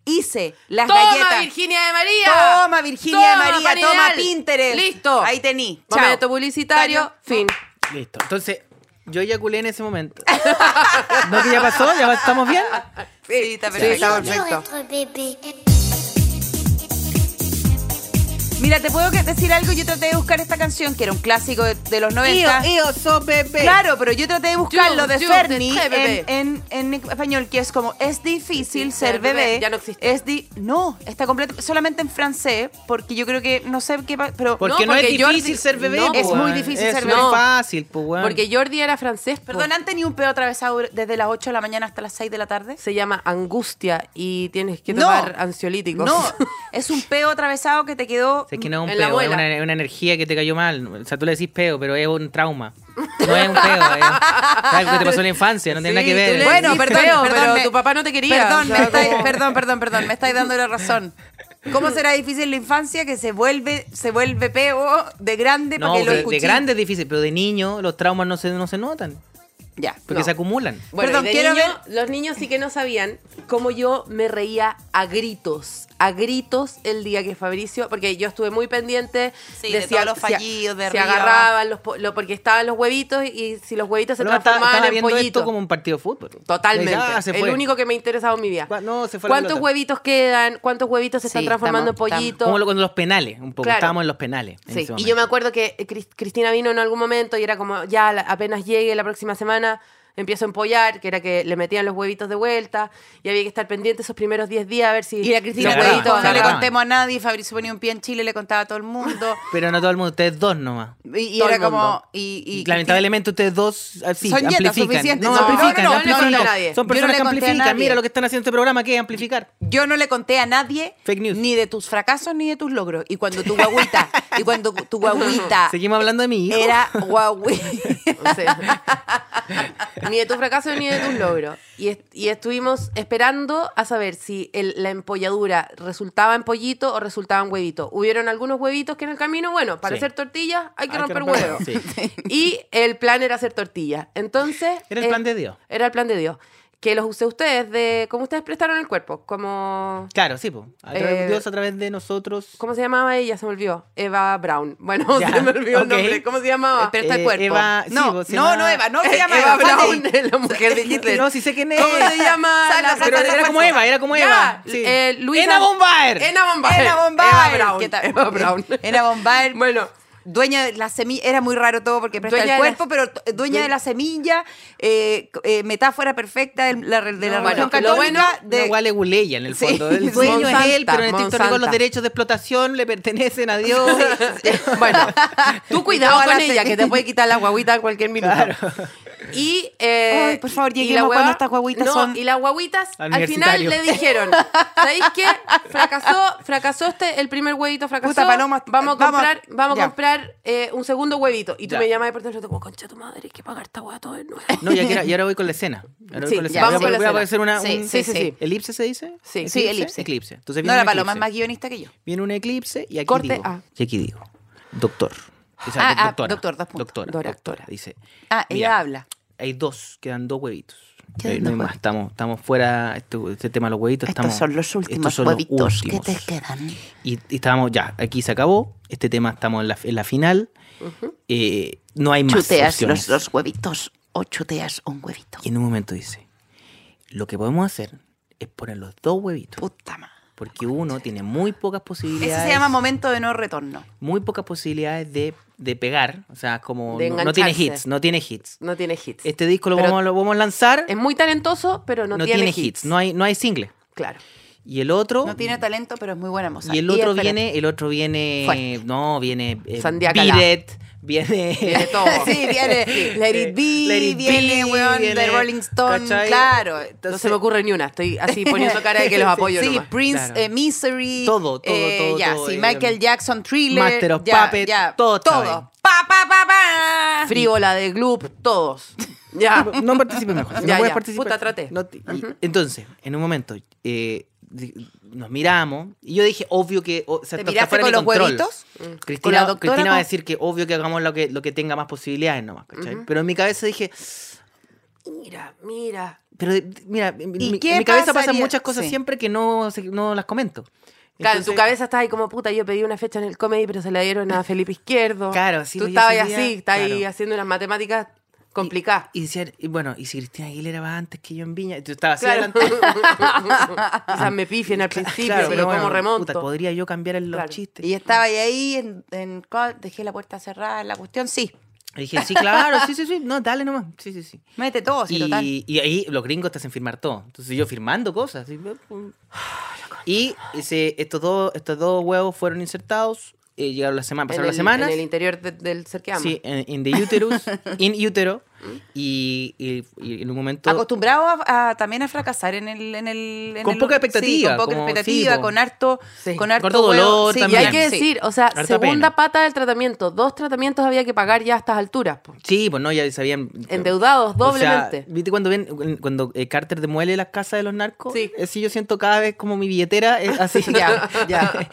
B: Hice las
F: ¡Toma,
B: galletas.
F: Virginia de María!
B: Toma, Virginia de María,
F: pan
B: toma,
F: ideal!
B: Pinterest.
F: ¡Listo!
B: Ahí tení. Chao.
F: Momento publicitario,
B: Taño.
F: fin.
C: Listo. Entonces, yo ya culé en ese momento. [LAUGHS] ¿No que ya pasó? ¿Ya estamos bien?
B: Sí, está perfecto.
F: está
G: Bonjour
F: perfecto.
G: être bébé.
B: Mira, te puedo que- decir algo. Yo traté de buscar esta canción, que era un clásico de, de los 90.
E: Io so bebé.
B: Claro, pero eh, yo traté de buscarlo de
F: yo,
B: Ferni
F: de bebé.
B: en, en- en español, que es como es difícil ser bebé.
F: Ya no existe.
B: Es di no, está completo solamente en francés, porque yo creo que no sé qué pa- pero
F: ¿Por
C: Porque no,
F: porque
C: es difícil
F: Jordi-
C: ser bebé.
F: no,
C: po,
B: es muy
C: weón.
B: difícil
C: Es
B: ser
C: muy
F: bebé.
C: fácil, pues, weón.
F: Porque Jordi era francés. po.
B: perdón, ¿han tenido un pedo atravesado desde las 8 de la mañana hasta las 6 de la tarde?
F: Se llama angustia y tienes que
B: No.
F: tomar ansiolíticos.
B: [LAUGHS]
F: [LAUGHS]
B: No, es un peo atravesado que te quedó
C: Si es que no es un
F: en la
C: peo, es
F: abuela.
C: una, es una energía que te cayó mal. O sea, tú le decís peo, pero es un trauma. No es un peo, es es algo que te pasó en la infancia, no tiene nada que
F: Sí, tú
C: ver.
F: le-
B: Bueno,
F: Sí,
B: perdón,
F: feo,
B: perdón,
F: pero
B: me-
F: tu papá no te quería,
B: Perdón,
F: o sea,
B: me estáis-
F: como-
B: perdón, perdón, perdón, me estáis dando la razón. ¿Cómo será difícil la infancia que se vuelve, se vuelve peo de grande
C: no,
B: para que lo
C: de, de
B: escuché?
C: grande es difícil, pero de niño los traumas no se, no se notan,
B: Ya.
C: porque
F: No.
C: se acumulan.
F: Bueno,
B: Perdón,
F: y de
B: quiero
F: niño, los niños sí que no sabían cómo yo me reía a gritos, a gritos el día que Fabricio, porque yo estuve muy pendiente
B: Sí, de todos los
F: si a-
B: fallidos, de
F: si
B: arriba.
F: agarraban los po- lo- porque estaban los huevitos y si los huevitos se
C: Pero estaba-
F: transformaban
C: estaba
F: en
C: viendo
F: pollitos.
C: esto como un partido de fútbol.
F: Totalmente.
C: Ya, se
F: el
C: fue.
F: único que me interesaba en mi vida.
C: Cu- no, se fue la
F: ¿Cuántos
C: pelota.
F: huevitos quedan? ¿Cuántos huevitos se
B: Sí,
F: están transformando
B: estamos-
F: en pollitos?
C: Como lo- con los penales, un poco.
F: Claro.
C: Estábamos en los penales. en ese
F: Sí, y yo me
C: momento.
F: acuerdo que eh, Cris- Cristina vino en algún momento y era como, ya la- apenas llegue la próxima semana, empiezo a empollar, que era que le metían los huevitos de vuelta y había que estar pendiente esos primeros 10 días a ver si...
B: Y la Cristina
C: Se
F: los
B: te
C: agarraban,
F: huevitos
B: dijo,
C: se
B: no le
C: agarraban.
B: contemos a nadie, Fabricio ponía un pie en Chile, le contaba a todo el mundo.
C: Pero no todo el mundo, ustedes dos nomás.
B: Y, y
F: Todo
B: era
F: el mundo.
B: como... Y, y-
C: Y lamentablemente ustedes dos ah, sí,
B: Son nietas
C: amplifican.
B: suficientes,
C: No,
B: no,
C: amplifican,
F: no, no, no,
C: amplifican.
F: no, no,
C: Son
F: nadie.
B: Yo no
C: personas
B: le
C: que
B: conté a
C: amplifican.
B: nadie.
C: Mira lo que están haciendo en este programa, que es amplificar.
B: Yo no le conté a nadie
C: Fake news.
B: ni de tus fracasos ni de tus logros. Y cuando tu guaguita, y cuando tu
C: [LAUGHS]
B: guaguita
F: Ah,
C: Seguimos hablando de mi hijo.
B: era guaguita.
F: No sé. [LAUGHS] ni de tus fracasos ni de tus logros. Y, est- y estuvimos esperando a saber si el- la empolladura resultaba en pollito o resultaba en huevito. Hubieron algunos huevitos que en el camino, bueno, para
C: Sí.
F: hacer tortillas hay que
C: Hay que
F: romper,
C: romper
F: huevos. [LAUGHS]
C: huevos,
F: Y el plan era hacer tortillas. Entonces... eh,
C: Era el plan de Dios.
F: Era el plan de Dios. que los usé ustedes, de como ustedes prestaron el cuerpo, como...
C: Claro, sí, po. A través de
F: Eh,
C: Dios, a través de nosotros.
F: ¿Cómo se llamaba ella? Se me olvidó. Eva Brown. Bueno, [LAUGHS]
C: Ya,
F: se me olvidó el
C: ok.
F: nombre. ¿Cómo se llamaba?
B: Pero está el
C: Eh,
B: cuerpo.
C: Eva-
B: [LAUGHS]
C: sí,
B: no,
C: vos, se
B: no,
C: llama-
B: no, Eva,
C: [LAUGHS]
B: no se llama
F: Eva
B: Eva.
F: Brown,
B: Fátima.
F: la mujer de Hitler.
C: No, si sé quién es.
F: ¿Cómo se llama?
B: Sal,
F: la-
B: la-
C: Pero era como Eva, era como
F: Ya,
C: Eva. Sí.
F: eh, Luisa-
C: Ena von Baer.
F: Ena Von Baer.
B: Ena Von Baer.
F: Eva Brown.
B: ¿Qué tal? Eh,
F: Eva Brown.
B: Ena Von Baer.
F: [LAUGHS] Bueno.
B: Dueña de la semilla, era muy raro todo porque presta
F: Dueña
B: el
F: de la-
B: cuerpo, pero t- eh, dueña de la semilla, eh, c- eh, metáfora perfecta de la, re- de la
F: No, bueno,
B: religión
F: lo
B: católica.
F: bueno-
B: de, [LAUGHS]
C: Una guale guleya en el
B: Sí.
C: fondo. El dueño
F: Monsanta,
C: es él, pero en estricto rigor los
F: Monsanta.
C: derechos de explotación le pertenecen a Dios.
B: [LAUGHS]
F: Bueno, tú cuidado
B: Toda la
F: con
B: se-
F: ella, que te puede quitar la guaguita en cualquier minuto. Y, eh,
B: Ay, por favor,
F: y la
B: lleguemos cuando estas guaguitas
F: no,
B: son-
F: Y las guaguitas
C: Al
F: al final
C: universitario.
F: le dijeron, ¿sabéis qué? Fracasó, fracasó este, el primer huevito fracasó.
B: Puta, Paloma,
F: vamos
B: vamos-
F: a comprar, vamos a
B: ya.
F: comprar eh, un segundo huevito. Y tú
C: Ya.
F: me llamas y por teléfono, como, concha tu madre, hay que pagar esta hueá todo de nuevo.
C: [LAUGHS] No, ya quiero- y ahora voy con la escena. Ahora voy
F: Sí,
C: con la
F: ya,
C: escena.
F: vamos
C: Voy a-
F: con la
C: voy a
F: escena.
C: hacer una.
B: Sí,
C: un-
B: sí, sí,
F: sí.
C: ¿Elipse se dice?
F: Sí,
B: sí, elipse.
C: Eclipse. Entonces
B: no,
C: viene
B: la
C: un
B: paloma es
C: eclipse.
B: más guionista que yo.
C: Viene un eclipse y aquí
F: Corte
C: digo.
F: A.
C: Y aquí digo. Doctor. O
B: Ah, ah,
C: doctora,
B: doctor, dos puntos.
C: Doctora,
F: Dora.
C: doctora, Dice.
B: Ah,
C: mira,
B: ella habla.
C: Hay dos, quedan dos huevitos.
B: Quedan
C: Eh,
B: dos
C: no hay más,
B: huevitos.
C: estamos, estamos fuera, este, este tema de los huevitos.
B: Estos
C: estamos-
B: son los últimos
C: estos son los
B: huevitos que
C: últimos.
B: te quedan.
C: Y, y estábamos ya, aquí se acabó. Este tema estamos en la, en la final. Eh, no hay más.
E: Chuteas
C: opciones.
E: los dos huevitos o chuteas un huevito.
C: Y en un momento dice: Lo que podemos hacer es poner los dos huevitos.
B: Puta madre.
C: Porque uno tiene muy pocas posibilidades.
B: Ese se llama momento de no retorno.
C: Muy pocas posibilidades de, de pegar. O sea, como
F: De
C: no- no, tiene
F: engancharse.
C: hits, no tiene hits.
F: [LAUGHS] No tiene hits.
C: Este disco lo,
F: Pero-
C: vamos, a- lo vamos a lanzar.
F: es muy talentoso, pero no,
C: no, tiene, hits. No hay, no hay single.
F: Claro.
C: Y el otro.
B: No tiene talento, pero es muy buena moza.
C: y el
F: y
C: otro
F: espérate.
C: viene, el otro viene,
F: Fuerte.
C: no, viene eh,
F: Sandía
C: Beat
F: Calá.
C: It, viene, [LAUGHS]
F: Tiene todo.
B: Sí,
F: [LAUGHS]
B: viene Let It Be,
C: Let It Be,
B: viene, weón,
C: viene-
B: The Rolling Stone,
C: ¿cachai?
B: claro.
F: no
B: Entonces,
F: se me ocurre ni una. Estoy así poniendo cara de que los apoyo.
B: Sí,
F: nomás.
B: Prince,
C: Claro.
B: eh, Misery.
C: Todo, todo,
B: eh,
C: todo,
B: Ya,
C: todo,
B: sí,
C: eh,
B: Michael Jackson, Thriller.
C: Master of
B: ya,
C: Puppets,
B: ya,
C: todo está ahí.
B: Todo. Pa, pa, pa, pa.
F: Frívola de Gloop, todos. Ya.
C: No participes mejor. si
F: Ya,
C: no puedes
F: ya.
C: participar.
F: Puta, traté.
C: no te- y- Entonces, en un momento, eh, di- nos miramos. Y yo dije, obvio que. o- o sea,
B: ¿Te
C: está- está
B: miraste
C: fuera de
B: con
C: mi
B: los
C: control. Mm.
B: huevitos? ¿Con la
C: Cristina,
B: doctora,
C: Cristina va a
B: con-
C: decir que obvio que hagamos lo que, lo que tenga más posibilidades nomás, ¿cachai? Pero en mi cabeza dije,
F: Mira, mira.
C: pero eh, mira, en mi,
B: ¿Y
C: en
B: qué
C: mi cabeza pasan
B: pasaría?
C: muchas cosas
B: Sí.
C: siempre que no, se- no las comento.
F: Claro, en tu
C: Entonces-
F: cabeza estás ahí como puta, yo pedí una fecha en el comedy, pero se la dieron a Felipe Izquierdo.
C: Claro, sí,
F: Tú
C: pues,
F: estabas
C: yo
F: ahí
C: ese
F: así,
C: día-
F: estás ahí
C: claro.
F: haciendo unas matemáticas complicadas.
C: Y decían, y bueno, y si Cristina Aguilera va antes que yo en Viña, Y tú estabas así
F: Claro.
C: adelante.
F: [LAUGHS] Quizás me pifien al
C: [LAUGHS]
F: principio,
C: Claro,
F: pero como
C: bueno,
F: remonto.
C: puta, podría yo cambiar el- los
F: Claro.
C: chistes.
B: Y estaba ahí, en, en- ¿cuál? dejé la puerta cerrada, la cuestión, sí.
C: Y dije, sí, claro, sí, sí, sí, no, dale nomás. Sí, sí, sí.
B: Mete todo, sí,
C: y,
B: total.
C: y ahí los gringos te hacen firmar todo. Entonces yo firmando cosas. así,
F: [SIGHS]
C: Y ese- estos, dos, estos dos huevos fueron insertados. eh, llegaron la semana,
F: En
C: pasaron
F: el-
C: las semanas.
F: En el interior de- del ser que ama.
C: Sí, en in the
B: [LAUGHS]
C: uterus, in utero. Y, y- y en un momento.
B: acostumbrado a, a- también a fracasar en el en el en
C: Con
B: el-
C: poca expectativa,
B: sí, con poca
C: como-
B: expectativa
C: sí, po.
B: con harto
F: Sí.
B: con harto,
C: Harto
B: huevo.
C: dolor
B: Sí,
F: Y hay
C: también.
F: que
B: sí.
C: [LAUGHS]
F: decir, o sea,
C: Harta
F: segunda
C: pena.
F: pata del tratamiento. Dos tratamientos había que pagar ya a estas alturas. po.
C: Sí, pues no, ya sabían.
F: Endeudados
C: O sea,
F: doblemente.
C: ¿Viste cuando ven cuando eh, Carter demuele las casas de los narcos?
F: Sí.
C: Así yo siento cada vez como mi
B: [LAUGHS]
C: billetera es así.
B: Ya,
C: [LAUGHS]
B: ya.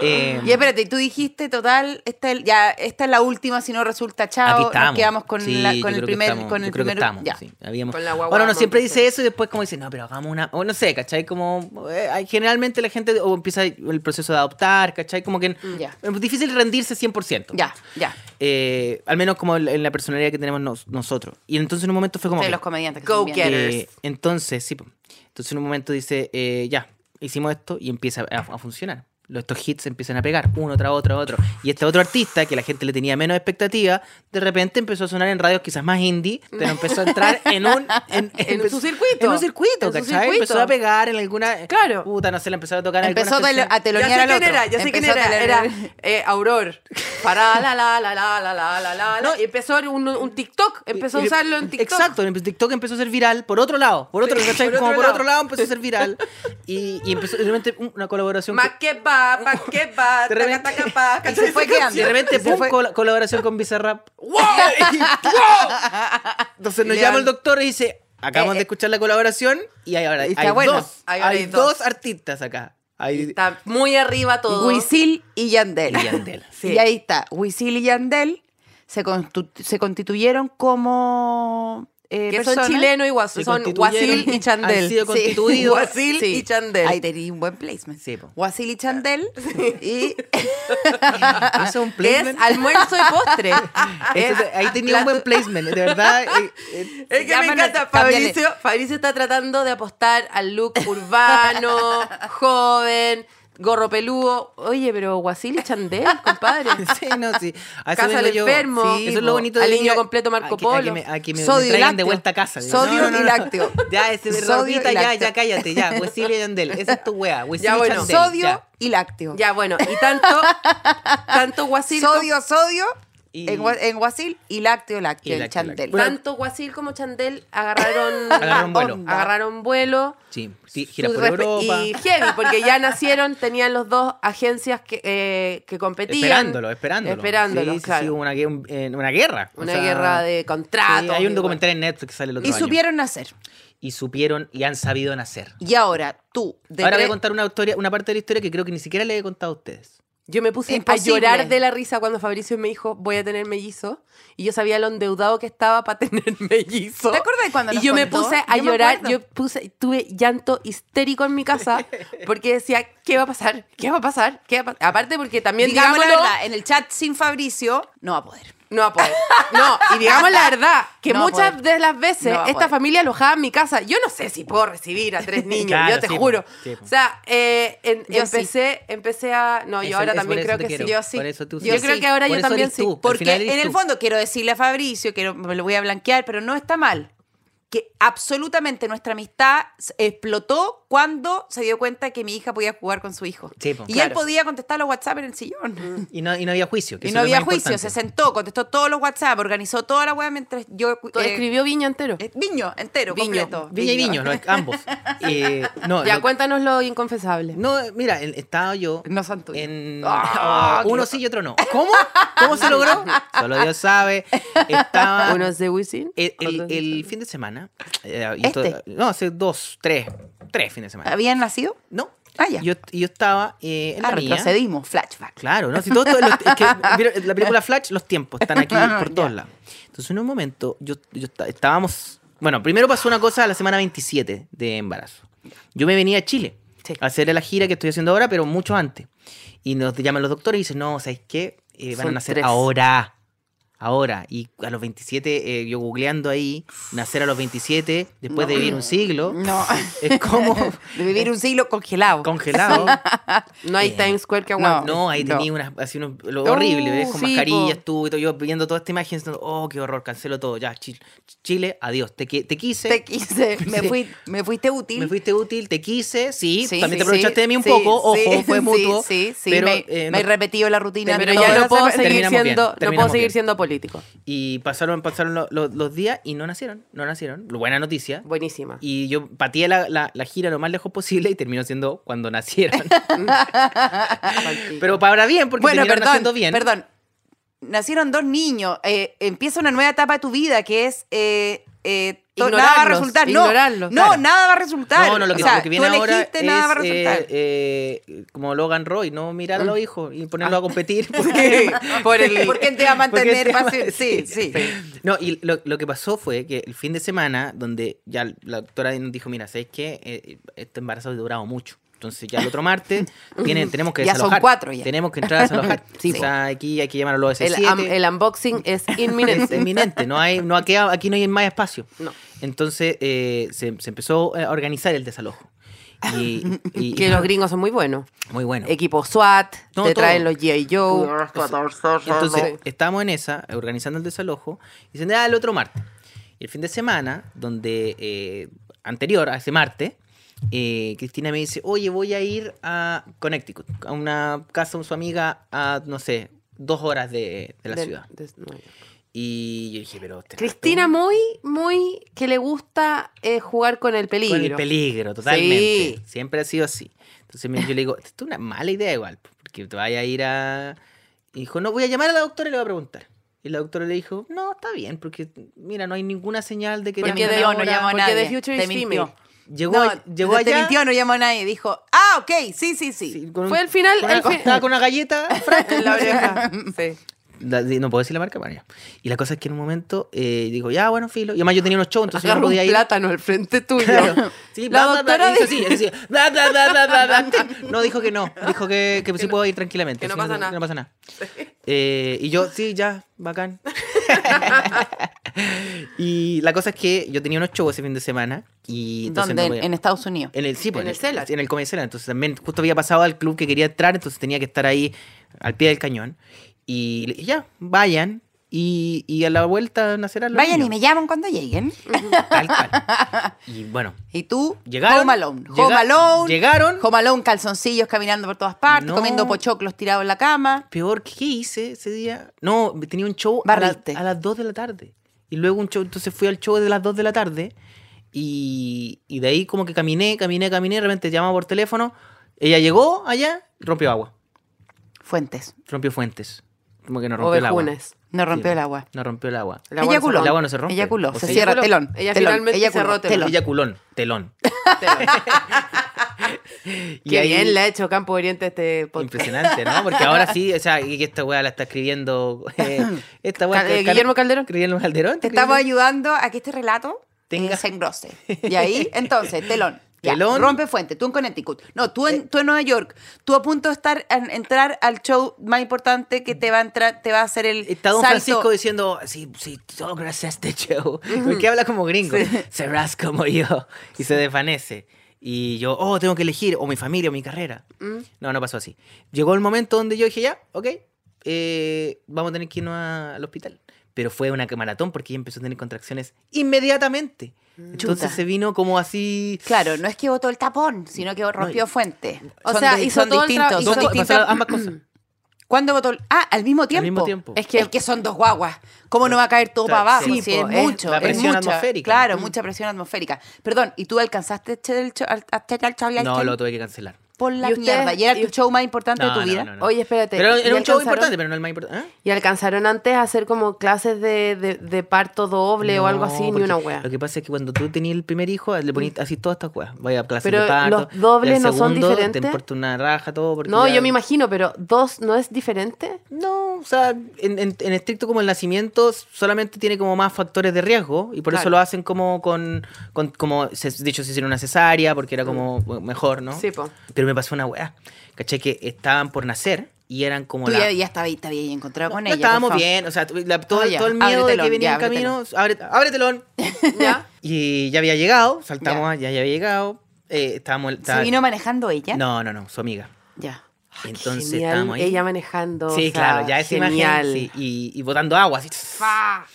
C: Eh,
B: Y espérate, y tú dijiste, total, esta es, ya, esta es la última, si no resulta
C: Aquí
B: chao, nos
C: estamos.
B: quedamos con,
C: Sí,
B: la-
C: yo
B: con el
C: creo que
B: primer,
C: estamos,
B: con
C: yo
B: el
C: creo que
B: primer,
C: estamos,
B: ya.
C: sí, habíamos-
F: Con la guagua
C: Ahora uno siempre
F: monte,
C: dice eso y después como dice, no, pero hagamos una... O no sé, ¿cachai? Como eh, hay- generalmente la gente o empieza el proceso de adoptar, ¿cachai? Como que
B: Mm, Ya.
C: es difícil rendirse 100%.
B: Ya, ya.
C: Eh, al menos como en en la personalidad que tenemos nos- nosotros. Y entonces en un momento fue como...
B: Sí,
C: que-
B: los comediantes que
F: Go
B: son bien.
F: get it.
C: eh,
F: Getters.
C: entonces, sí. po. Entonces en un momento dice, eh, ya, hicimos esto y empieza a, a funcionar. Lo- Estos hits empiezan a pegar, uno tras otro, otro. Y este otro artista, que la gente le tenía menos expectativa, de repente empezó a sonar en radios quizás más indie, pero empezó a entrar en un... En,
F: En su circuito.
C: En un circuito,
F: En su
C: ¿cachai?
F: circuito.
C: Empezó a pegar en alguna...
F: Claro.
C: Puta, no sé, le empezó a tocar en
B: Empezó a
C: algunas
B: tele-
C: canciones.
B: a telonear
F: ya
B: al
F: sé quién
B: otro.
F: era, ya sé quién
B: Empezó a
F: era. Era
B: telonear.
F: eh, Auror. Para la la la la la la la la.
C: No,
F: No, y empezó un, un TikTok, empezó a
C: Y- y-
F: usarlo en TikTok.
C: Exacto, en TikTok empezó a ser viral por otro lado, por otro,
F: Sí,
C: ¿cachai?
F: por otro
C: Como por
F: lado.
C: otro lado empezó a ser viral. Y, y empezó de repente una colaboración con-
F: Más que va, pa que va,
C: De
F: taca,
C: repente-
F: taca, [LAUGHS] pa.
B: Y se fue quedando.
C: Y de repente,
B: Se
C: pum,
B: fue-
C: col- colaboración con Bizarrap.
F: ¡Wow!
C: [LAUGHS] Entonces nos
B: Y le
C: llama
B: dan-
C: el doctor y dice, acabamos
B: Eh, eh.
C: de escuchar la colaboración y hay ahora
B: Y está
C: hay
B: bueno.
C: dos,
F: Ahí
C: hay,
F: ahora hay
C: dos.
F: dos.
C: artistas acá. Hay
F: Está muy arriba todo.
B: Wisil y Yandel.
C: y
B: [LAUGHS]
C: Yandel.
F: Sí.
B: Y ahí está, Wisil y Yandel se, constu- se constituyeron como
C: eh,
F: Que son
C: personas
F: chilenos igual,
C: se
F: son
C: constituyeron-
B: Guasil
F: [LAUGHS]
B: y Chandel.
C: Han
B: Sí. [LAUGHS]
C: sido constituidos.
B: Guasil
F: Sí.
B: y Chandel. Ahí tenéis un buen placement.
C: Sí, po.
B: Guasil y Chandel.
F: [LAUGHS]
B: Y
C: Eso es un
F: Es
C: placement.
F: almuerzo de postre.
C: Eso es- ahí tenía un buen placement, de
F: [LAUGHS]
C: verdad. eh, eh,
F: Es que me
B: Llámanos,
F: encanta.
B: cámbiale.
F: Fabricio, Fabricio está tratando de apostar al look urbano, [LAUGHS] joven, gorro peludo. Oye, pero Guasil y Chandel, compadre.
C: [LAUGHS] sí, no, sí. A eso
F: Casa
C: vengo
F: al
C: yo.
F: enfermo.
C: Sí, eso es lo bonito de
F: Al niño
C: venir a-
F: completo Marco
C: a que- a que
F: Polo.
C: me- a que me- me
B: Sodio y
C: traigan de
B: lácteo.
C: vuelta a casa. digo,
B: Sodio
C: no, no,
B: y
C: no.
B: lácteo.
C: Ya, ese
B: Sodio
C: Rodita,
B: y
C: ya,
B: lácteo.
C: ya cállate, ya. Huesilio y Yandel, esa es tu wea. Huesilio
F: Ya,
C: y
F: bueno.
C: Yandel,
B: sodio
C: ya.
B: y lácteo.
F: [LAUGHS] Ya, bueno, y tanto, tanto Guasil.
B: sodio, sodio.
C: Y-
B: En, Gua- en Guasil y lácteo, lácteo,
C: Y
B: en
C: lácteo,
B: Chandel.
C: lácteo.
F: Tanto Guasil como Chandel [LAUGHS] agarraron,
C: Agarraron vuelo.
F: onda. Agarraron vuelo.
C: Sí, sí, gira por
F: Respe-
C: Europa.
F: Y heavy, porque ya nacieron, tenían los dos agencias que, eh, que competían.
C: Esperándolo, esperándolo.
F: Esperándolo,
C: Sí, sí,
F: claro.
C: sí, hubo una, gue- un- eh, una guerra. o
F: Una
C: sea,
F: guerra de contratos.
C: sí, hay un
F: y
C: documental en Netflix que sale el otro
B: Y
C: año.
B: supieron nacer.
C: Y supieron y han sabido nacer.
B: Y ahora, tú, de
C: Ahora voy a
B: tres-
C: contar una, historia, una parte de la historia que creo que ni siquiera le he contado a ustedes.
F: Yo me puse
B: Imposible.
F: a llorar de la risa cuando Fabricio me dijo, voy a tener mellizo. Y yo sabía lo endeudado que estaba para [LAUGHS] tener mellizo.
B: ¿Te acuerdas cuando
F: Y
B: nos
F: yo me
B: contó?
F: puse a
B: Yo me
F: llorar,
B: acuerdo.
F: yo puse, tuve llanto histérico en
B: [LAUGHS]
F: mi casa porque decía, ¿qué va a pasar? ¿Qué va a pasar? ¿Qué va a pasar? Aparte porque también,
B: digamos la
F: digámoslo,
B: verdad, en el chat sin Fabricio no va a poder.
F: No va a poder. No, y digamos la verdad, que
B: No va a
F: muchas
B: poder.
F: de las veces
B: No va a
F: esta
B: poder.
F: familia alojaba en mi casa. Yo no sé si puedo recibir a
C: [LAUGHS]
F: tres niños,
C: Claro,
F: yo te
C: sí, po,
F: juro.
C: sí, po.
F: O sea, eh, en-
B: Yo sí.
F: empecé, empecé a. No,
C: Eso-
F: yo ahora
C: es por
F: también
C: eso
F: creo
C: te
F: que
C: quiero,
F: sí. Yo sí.
C: por eso tú
F: yo
C: sí.
F: creo que ahora
C: Por
F: yo
C: eso
F: también
C: eres
F: sí.
C: tú. Al
B: Porque
C: final eres
B: en el
C: tú.
B: fondo quiero decirle a Fabricio, que no- me lo voy a blanquear, pero no está mal. Que absolutamente nuestra amistad s- explotó cuando se dio cuenta que mi hija podía jugar con su hijo.
C: Sí, po.
B: y él
C: Claro.
B: podía contestar los WhatsApp en el sillón.
C: Y no, y no había juicio. que
B: Y
C: eso
B: no
C: es lo
B: había
C: más
B: juicio, se
C: importante.
B: sentó, contestó todos los WhatsApp, organizó toda la web mientras yo...
F: Todo
B: eh,
F: escribió Viña entero.
B: eh, viño, entero,
F: Viño.
B: completo.
C: Viña y Viño, los-
B: [LAUGHS]
C: ambos. Eh, no,
F: ya,
C: lo-
F: cuéntanos lo inconfesable.
C: No, mira, el- estaba yo.
B: No son tuyos.
C: En...
B: Ah,
C: [LAUGHS] uno sí y otro no. ¿Cómo? ¿Cómo
B: [LAUGHS]
C: se logró? Solo Dios sabe. Estaba.
F: Ah, Uno es de Wisin.
C: el, el-
F: otro es de-
C: el fin de semana. eh, y
B: Este.
C: esto- no, hace dos, tres. Tres fines de semana.
B: ¿Habían nacido?
C: No.
B: Ah, ya.
C: Yo, yo estaba eh, en
B: Ah,
C: la mía.
B: retrocedimos, flashback.
C: Claro, ¿no? Si todo, todo- los- es que, ¿vieron la película Flash, los tiempos están aquí por todos lados. Entonces, en un momento, yo, yo esta- estábamos. Bueno, primero pasó una cosa a la semana 27 de embarazo. Yo me venía a Chile a hacer la gira que estoy haciendo ahora, pero mucho antes. Y nos llaman los doctores y dicen, no, ¿sabes qué? Eh, van
F: Son
C: a nacer
F: tres.
C: ahora. Ahora. Y a los 27, eh, yo googleando ahí, nacer a los 27, después de vivir un siglo.
B: No,
C: Es como
B: [LAUGHS] de vivir un siglo congelado.
C: congelado.
F: no hay
C: eh,
F: Times Square que aguante.
C: No, ahí
B: No.
C: tenía unas, así unos- lo
F: Uh,
C: horrible, ¿ves? Con
F: sí,
C: mascarillas,
F: po.
C: tú y todo. Yo viendo toda esta imagen, diciendo, oh, qué horror, cancelo todo, ya, Chile, Chile adiós, te, qui- te quise.
B: Te quise, me,
C: Sí.
B: fui, me fuiste útil.
C: me fuiste útil, te quise, sí,
B: Sí,
C: también
B: sí,
C: te aprovechaste de mí un
B: sí,
C: poco, ojo,
B: sí, [LAUGHS]
C: fue
B: sí,
C: mutuo.
B: Sí, sí,
C: pero,
B: me,
C: eh,
B: me he
C: no-
B: repetido la rutina.
F: Pero
B: de
F: ya
B: todas
F: no
B: las
F: puedo
B: semanas.
F: seguir
C: Terminamos bien,
F: siendo, no puedo
C: terminamos
F: seguir
C: bien.
F: siendo político.
C: Y pasaron, pasaron lo- lo- los días y no nacieron, no nacieron. Buena noticia.
F: Buenísima.
C: Y yo pateé la, la- la gira lo más lejos posible y terminó siendo
B: [LAUGHS]
C: cuando nacieron. pero para bien, porque
B: Bueno,
C: terminaron naciendo
B: perdón,
C: bien.
B: perdón. Nacieron dos niños. eh, empieza una nueva etapa de tu vida que es... eh, eh, to- nada va a
F: Ignorarlos,
B: resultar. No,
F: ignorarlos,
B: no
F: claro.
B: nada va a resultar.
C: No, no, lo que,
B: o sea,
C: lo que viene
B: tú
C: ahora
B: elegiste,
C: es
B: nada va a
C: eh,
B: resultar.
C: eh, como Logan Roy, no mirar a los hijos y ponerlo
B: [LAUGHS]
C: a competir. [LAUGHS] Porque,
B: Por [LAUGHS] el- eh, porque te va a
C: porque
B: Ah. mantener
C: te va-
B: fácil. [LAUGHS]
C: [LAUGHS]
B: Sí, sí.
C: No, y lo, lo que pasó fue que el fin de semana, donde ya la doctora nos dijo, mira, ¿sabes qué? Eh, este embarazo ha durado mucho. Entonces ya el otro martes tienen- tenemos que
B: [LAUGHS] Ya son
C: desalojar.
B: cuatro ya.
C: Tenemos que entrar a desalojar.
B: [LAUGHS] Sí,
C: o sea, aquí hay que llamar a los
F: El,
C: S7.
F: am- el unboxing es
C: [LAUGHS] Es
F: inminente.
C: inminente, no hay, no ha quedado- aquí no hay más espacio.
F: No.
C: Entonces eh, se, se empezó a organizar el desalojo. Y, y-
F: que los gringos son muy buenos.
C: muy bueno.
F: Equipo SWAT,
C: No,
F: te
C: todo.
F: traen los G.I. Joe.
C: Entonces
F: Sí.
C: estábamos en esa, organizando el desalojo, y se da el otro martes. Y el fin de semana, donde eh, anterior a ese martes, eh, Cristina me dice, oye, voy a ir a Connecticut, a una casa de su amiga a, no sé, dos horas de, de la
F: Del-
C: ciudad.
F: des- no.
C: Y yo dije, pero... te-
F: Cristina muy, muy que le gusta eh, jugar con el peligro.
C: Con el [LAUGHS] peligro, totalmente.
F: Sí.
C: Siempre ha sido así. Entonces me- yo le digo, esto es una mala idea igual, porque te vaya a ir a... Y dijo, no, voy a llamar a la doctora y le voy a preguntar. Y la doctora le dijo, no, está bien, porque mira, no hay ninguna señal de que...
F: Porque
B: Te
F: de
B: mintió, no
F: ahora-
B: llamó a
F: porque
B: nadie,
F: The Future
B: te
F: is Female.
B: mintió.
C: Llegó,
B: No,
C: a- llegó
B: te
C: allá...
B: mintió, no llamó a nadie. Dijo, ah, ok, sí, sí, sí.
C: sí, con
F: Fue al final-
C: con una-
F: al fin- [LAUGHS]
C: estaba con una galleta fresca
F: En la oreja. Sí.
C: la- de- no puedo decir la marca, bueno, ya. Y la cosa es que en un momento eh, digo, ya, bueno, filo. Y además yo tenía unos shows, entonces yo no
F: Agarra un
C: podía ir.
F: plátano al
C: [LAUGHS]
F: frente tuyo.
C: Claro. Sí,
F: la
C: bla, bla, bla,
F: doctora
C: hizo
F: dice-
C: así, hizo así, bla, bla, bla, bla,
F: [LAUGHS]
C: bla, bla. No, dijo que no. Dijo que, que sí puedo ir tranquilamente.
F: que no
C: sí,
F: pasa nada.
C: que no pasa nada. Eh, y yo, sí, ya,
F: [LAUGHS]
C: bacán. [LAUGHS] y la cosa es que yo tenía unos shows ese fin de semana. Y entonces
B: ¿Dónde?
C: no podía-
B: en Estados Unidos.
C: en el sí, pues,
F: En el Cellar.
C: En el Comedy Cellar. Entonces también justo había pasado al club que quería entrar, entonces tenía que estar ahí al pie del cañón. Y le dije, ya, vayan. Y, y a la vuelta nacerán los
B: Vayan y me
C: niños.
B: llaman cuando lleguen.
C: Tal cual.
F: [LAUGHS]
C: Y bueno,
B: Y tú,
C: Llegaron,
B: Home Alone.
C: llega-
B: Home Alone.
C: llegaron.
B: Home Alone, calzoncillos caminando por todas partes,
C: No.
B: comiendo pochoclos tirados en la cama.
C: peor, ¿qué hice ese día? No, tenía un show a, la-
B: Barriste.
C: a las 2 de la tarde. Y luego un show, entonces fui al show de las 2 de la tarde. Y, y de ahí como que caminé, caminé, caminé. De repente llamaba por teléfono. Ella llegó allá, rompió agua.
B: Fuentes.
C: Rompió fuentes. Como que no rompió el agua.
F: Ovejunes.
B: No rompió
C: Sí,
B: el agua.
C: No rompió el agua.
F: El agua no se
B: Eyaculó.
F: rompe.
C: El agua no se rompe.
B: Eyaculó.
C: O
B: Se
C: sea,
B: cierra
F: eyaculó.
B: telón.
F: Ella
B: telón,
F: finalmente
B: eyaculó,
F: cerró telón.
C: Ella culón, telón. [LAUGHS] Y
F: Qué
C: ahí-
F: bien le ha hecho Campo Oriente este podcast.
C: Impresionante, ¿no? Porque ahora sí, o sea, y que esta weá la está escribiendo. eh, esta weá
F: [LAUGHS] Cal-
C: está-
F: eh, Guillermo Calderón.
C: Guillermo Calderón.
B: Te
C: está
B: estamos
C: escribiendo-
B: ayudando a que este relato
C: Tenga-
B: eh, se engrose. Y
C: [LAUGHS]
B: ahí, entonces, telón. Ya,
C: Telón. Eh.
B: Rompe fuente. Tú en Connecticut. No, tú en, tú en Nueva York. Tú a punto de estar en- entrar al show más importante que te va a entrar, te va a hacer el
C: Está Don
B: salto.
C: Francisco diciendo, sí, sí, todo gracias a este show. Porque habla como gringo. Serás como yo. Y se desvanece. Y yo, oh, tengo que elegir o mi familia o mi carrera.
F: Mm.
C: No, no pasó así. Llegó el momento donde yo dije, ya, ok, eh, vamos a tener que irnos a- al hospital. Pero fue una maratón porque ella empezó a tener contracciones inmediatamente.
F: Mm.
C: Entonces
B: Chuta.
C: se vino como así...
B: Claro, no es que botó el tapón, sino que rompió fuente.
F: O
B: Son
F: sea,
B: di-
F: hizo
B: son
F: todo el tra-
B: distintos.
F: hizo
B: Son
C: Dos co-
B: distintos.
C: pasaron ambas
F: [CLEARS THROAT]
C: cosas.
B: ¿Cuándo votó? el- Ah, al mismo tiempo.
C: mismo tiempo.
B: Es que, es que son dos guaguas. ¿Cómo no va a caer todo
C: Claro,
B: para abajo?
C: sí,
B: Sí, es
F: po, es
B: mucho.
C: la
B: es
C: presión
B: mucha-
C: atmosférica. Mm.
B: Claro, mucha presión atmosférica. Perdón, ¿y tú alcanzaste a echar el cho- al- a echar al Charlie
C: No,
B: Austin?
C: lo tuve que cancelar.
B: Por la
F: ¿Y ustedes-
B: mierda. ¿Y era
F: y
B: tu
F: us-
B: show más importante
C: No,
B: de tu
C: no,
B: vida?
C: no, no.
F: Oye, espérate.
C: Pero
F: ¿y
C: era un show
F: alcanzaron-
C: importante, pero no el más importante. ¿Ah?
F: Y alcanzaron antes a hacer como clases de, de- de parto doble o algo
C: No,
F: así, ni
C: porque
F: una wea.
C: Lo que pasa es que cuando tú tenías el primer hijo, le ponías así todas estas weas. Vaya a clases
F: Pero
C: de parto.
F: los dobles
C: y al
F: no son
C: segundo
F: diferentes.
C: Te importa una raja, todo. Porque
F: No,
C: ya-
F: yo me imagino, pero dos no es diferente.
C: No, o sea, en, en- en estricto como el nacimiento solamente tiene como más factores de riesgo y por eso
F: Claro.
C: lo hacen como con, con- como se, de hecho se hicieron una cesárea porque era como mejor, ¿no?
F: Mm.
C: [LAUGHS]
F: Sí, po.
C: Pero me pasó una wea, caché que estaban por nacer y eran como
B: Tú
C: la-
B: ya, ya estaba ahí, te habías encontrado con
C: No,
B: ella. por
C: estábamos
B: favor.
C: bien, o sea, tu- la- todo,
B: Ah, ya.
C: todo el miedo de
B: Ábretelón,
C: que venía
B: ya,
C: en camino, abre, ábretelón. [LAUGHS]
F: ¿Ya?
C: Y ya había llegado, saltamos, ya, ya había llegado. eh, estábamos,
B: ¿Se
C: estaba-
B: vino manejando ella?
C: No, no, no, su amiga.
B: Ya.
F: Ay,
C: Entonces
F: genial,
C: estábamos ahí.
F: Ella manejando.
C: sí,
F: o sea,
C: claro, ya esa
F: genial.
C: imagen. sí, y, y botando agua, así.
F: Fa.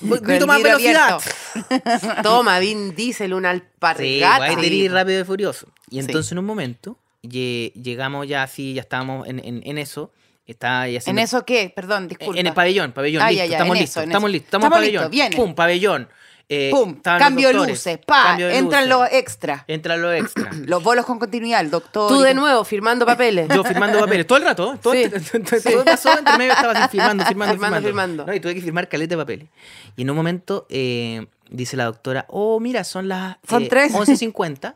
C: Voy-
B: Con
C: [LAUGHS] grito
B: el
C: más
B: vidrio
C: velocidad.
B: abierto.
F: [LAUGHS] Toma, Vin Diesel, una
C: Sí,
F: alpargata.
C: guay,
F: Sí,
C: deliri, rápido y furioso. Y entonces en un momento lle- llegamos ya así, ya estábamos en, en, en eso. Estaba ahí
B: ¿En
C: haciendo-
B: eso qué? Perdón, disculpa.
C: En el pabellón, pabellón,
B: Ah, ya,
C: listo,
B: ya,
C: estamos
B: en
C: listos,
B: eso, en
C: estamos
B: eso.
C: listos, estamos en
B: Estamos
C: pabellón.
B: listos, viene.
C: Pum, pabellón. Eh,
B: Pum,
C: estaban los
B: cambio de
C: doctores,
B: luces, pa,
C: cambio de
B: entran
C: luces. Eh.
B: los extras.
C: Entra lo extra.
B: Los bolos con continuidad, el doctor.
F: Tú
B: y-
F: de nuevo firmando papeles.
C: [LAUGHS] Yo firmando papeles todo el rato, ¿eh? todo,
F: Sí.
C: todo- todo pasó entre medio estaba así firmando, firmando,
F: Firmando,
C: firmando.
F: firmando.
C: No, y tuve que firmar caleta de papeles. Y en un momento eh, dice la doctora, oh, mira, son las
B: Son
C: eh,
B: tres.
C: 11.50,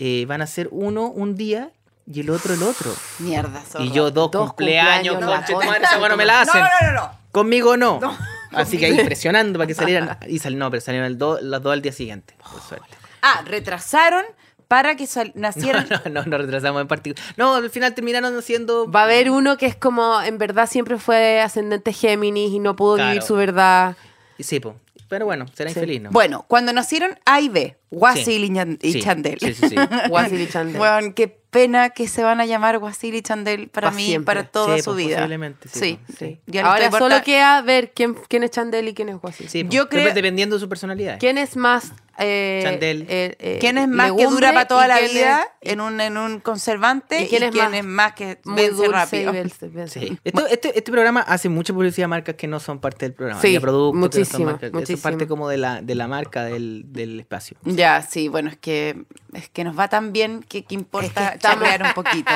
C: eh, van a ser uno un día y el otro el otro.
B: Mierda, zorra.
C: Y yo dos,
F: Dos
C: cumpleaños,
F: cumpleaños,
C: conche tu
F: no,
C: madre, esa weá no me la
B: No,
C: hacen.
B: no, no, no. no.
C: Conmigo no. [LAUGHS] Así que ahí presionando para que salieran. Y sal, no, pero salieron el do- las dos al día siguiente. Por suerte. [LAUGHS]
B: Ah, retrasaron para que sal- nacieran.
C: No, no, no retrasamos en particular. No, al final terminaron haciendo
F: Va a haber uno que es como, en verdad siempre fue ascendente Géminis y no pudo
C: Claro.
F: vivir su verdad.
C: Sí, po. pero bueno, será infeliz, ¿no?
B: Bueno, cuando nacieron A y B, Guasil y, Ñan- y
C: Sí,
B: Chandel. [LAUGHS]
C: Sí, sí, sí.
F: Guasil y Chandel.
B: Weón, qué pena que se van a llamar Guasil y Chandel para
F: Pa'
B: mí,
F: siempre.
B: para toda
C: Sí,
B: su
C: pues,
B: vida.
C: posiblemente, sí,
B: sí.
C: pues, sí.
B: Ya no
F: Ahora
B: estoy
F: solo
B: aborta-
F: queda ver quién, quién es Chandel y quién es Guasil.
C: Sí, po.
B: Yo creo-
C: Dep- Dependiendo de su personalidad.
F: ¿Quién es más... eh,
C: Chandel.
F: eh, eh,
B: pues. ¿Quién es más que
F: legumbre
B: dura para toda
F: y
B: la
F: quién es
B: vida en, un, en un conservante?
F: ¿Y quién es más-
B: que
F: Muy
B: vence
F: dulce
B: rápido?
F: y vence- vence.
C: Sí. Esto- este, este programa hace mucha publicidad a marcas que no son parte del programa.
F: Sí,
C: y a productos que no son
F: muchísima,
C: marcas. Eso es
F: muchísima.
C: parte como de la, de la marca del, del espacio.
B: Ya, sí, bueno, es que es que nos va tan bien que, que importa
F: estamos- [LAUGHS]
B: charrear un poquito.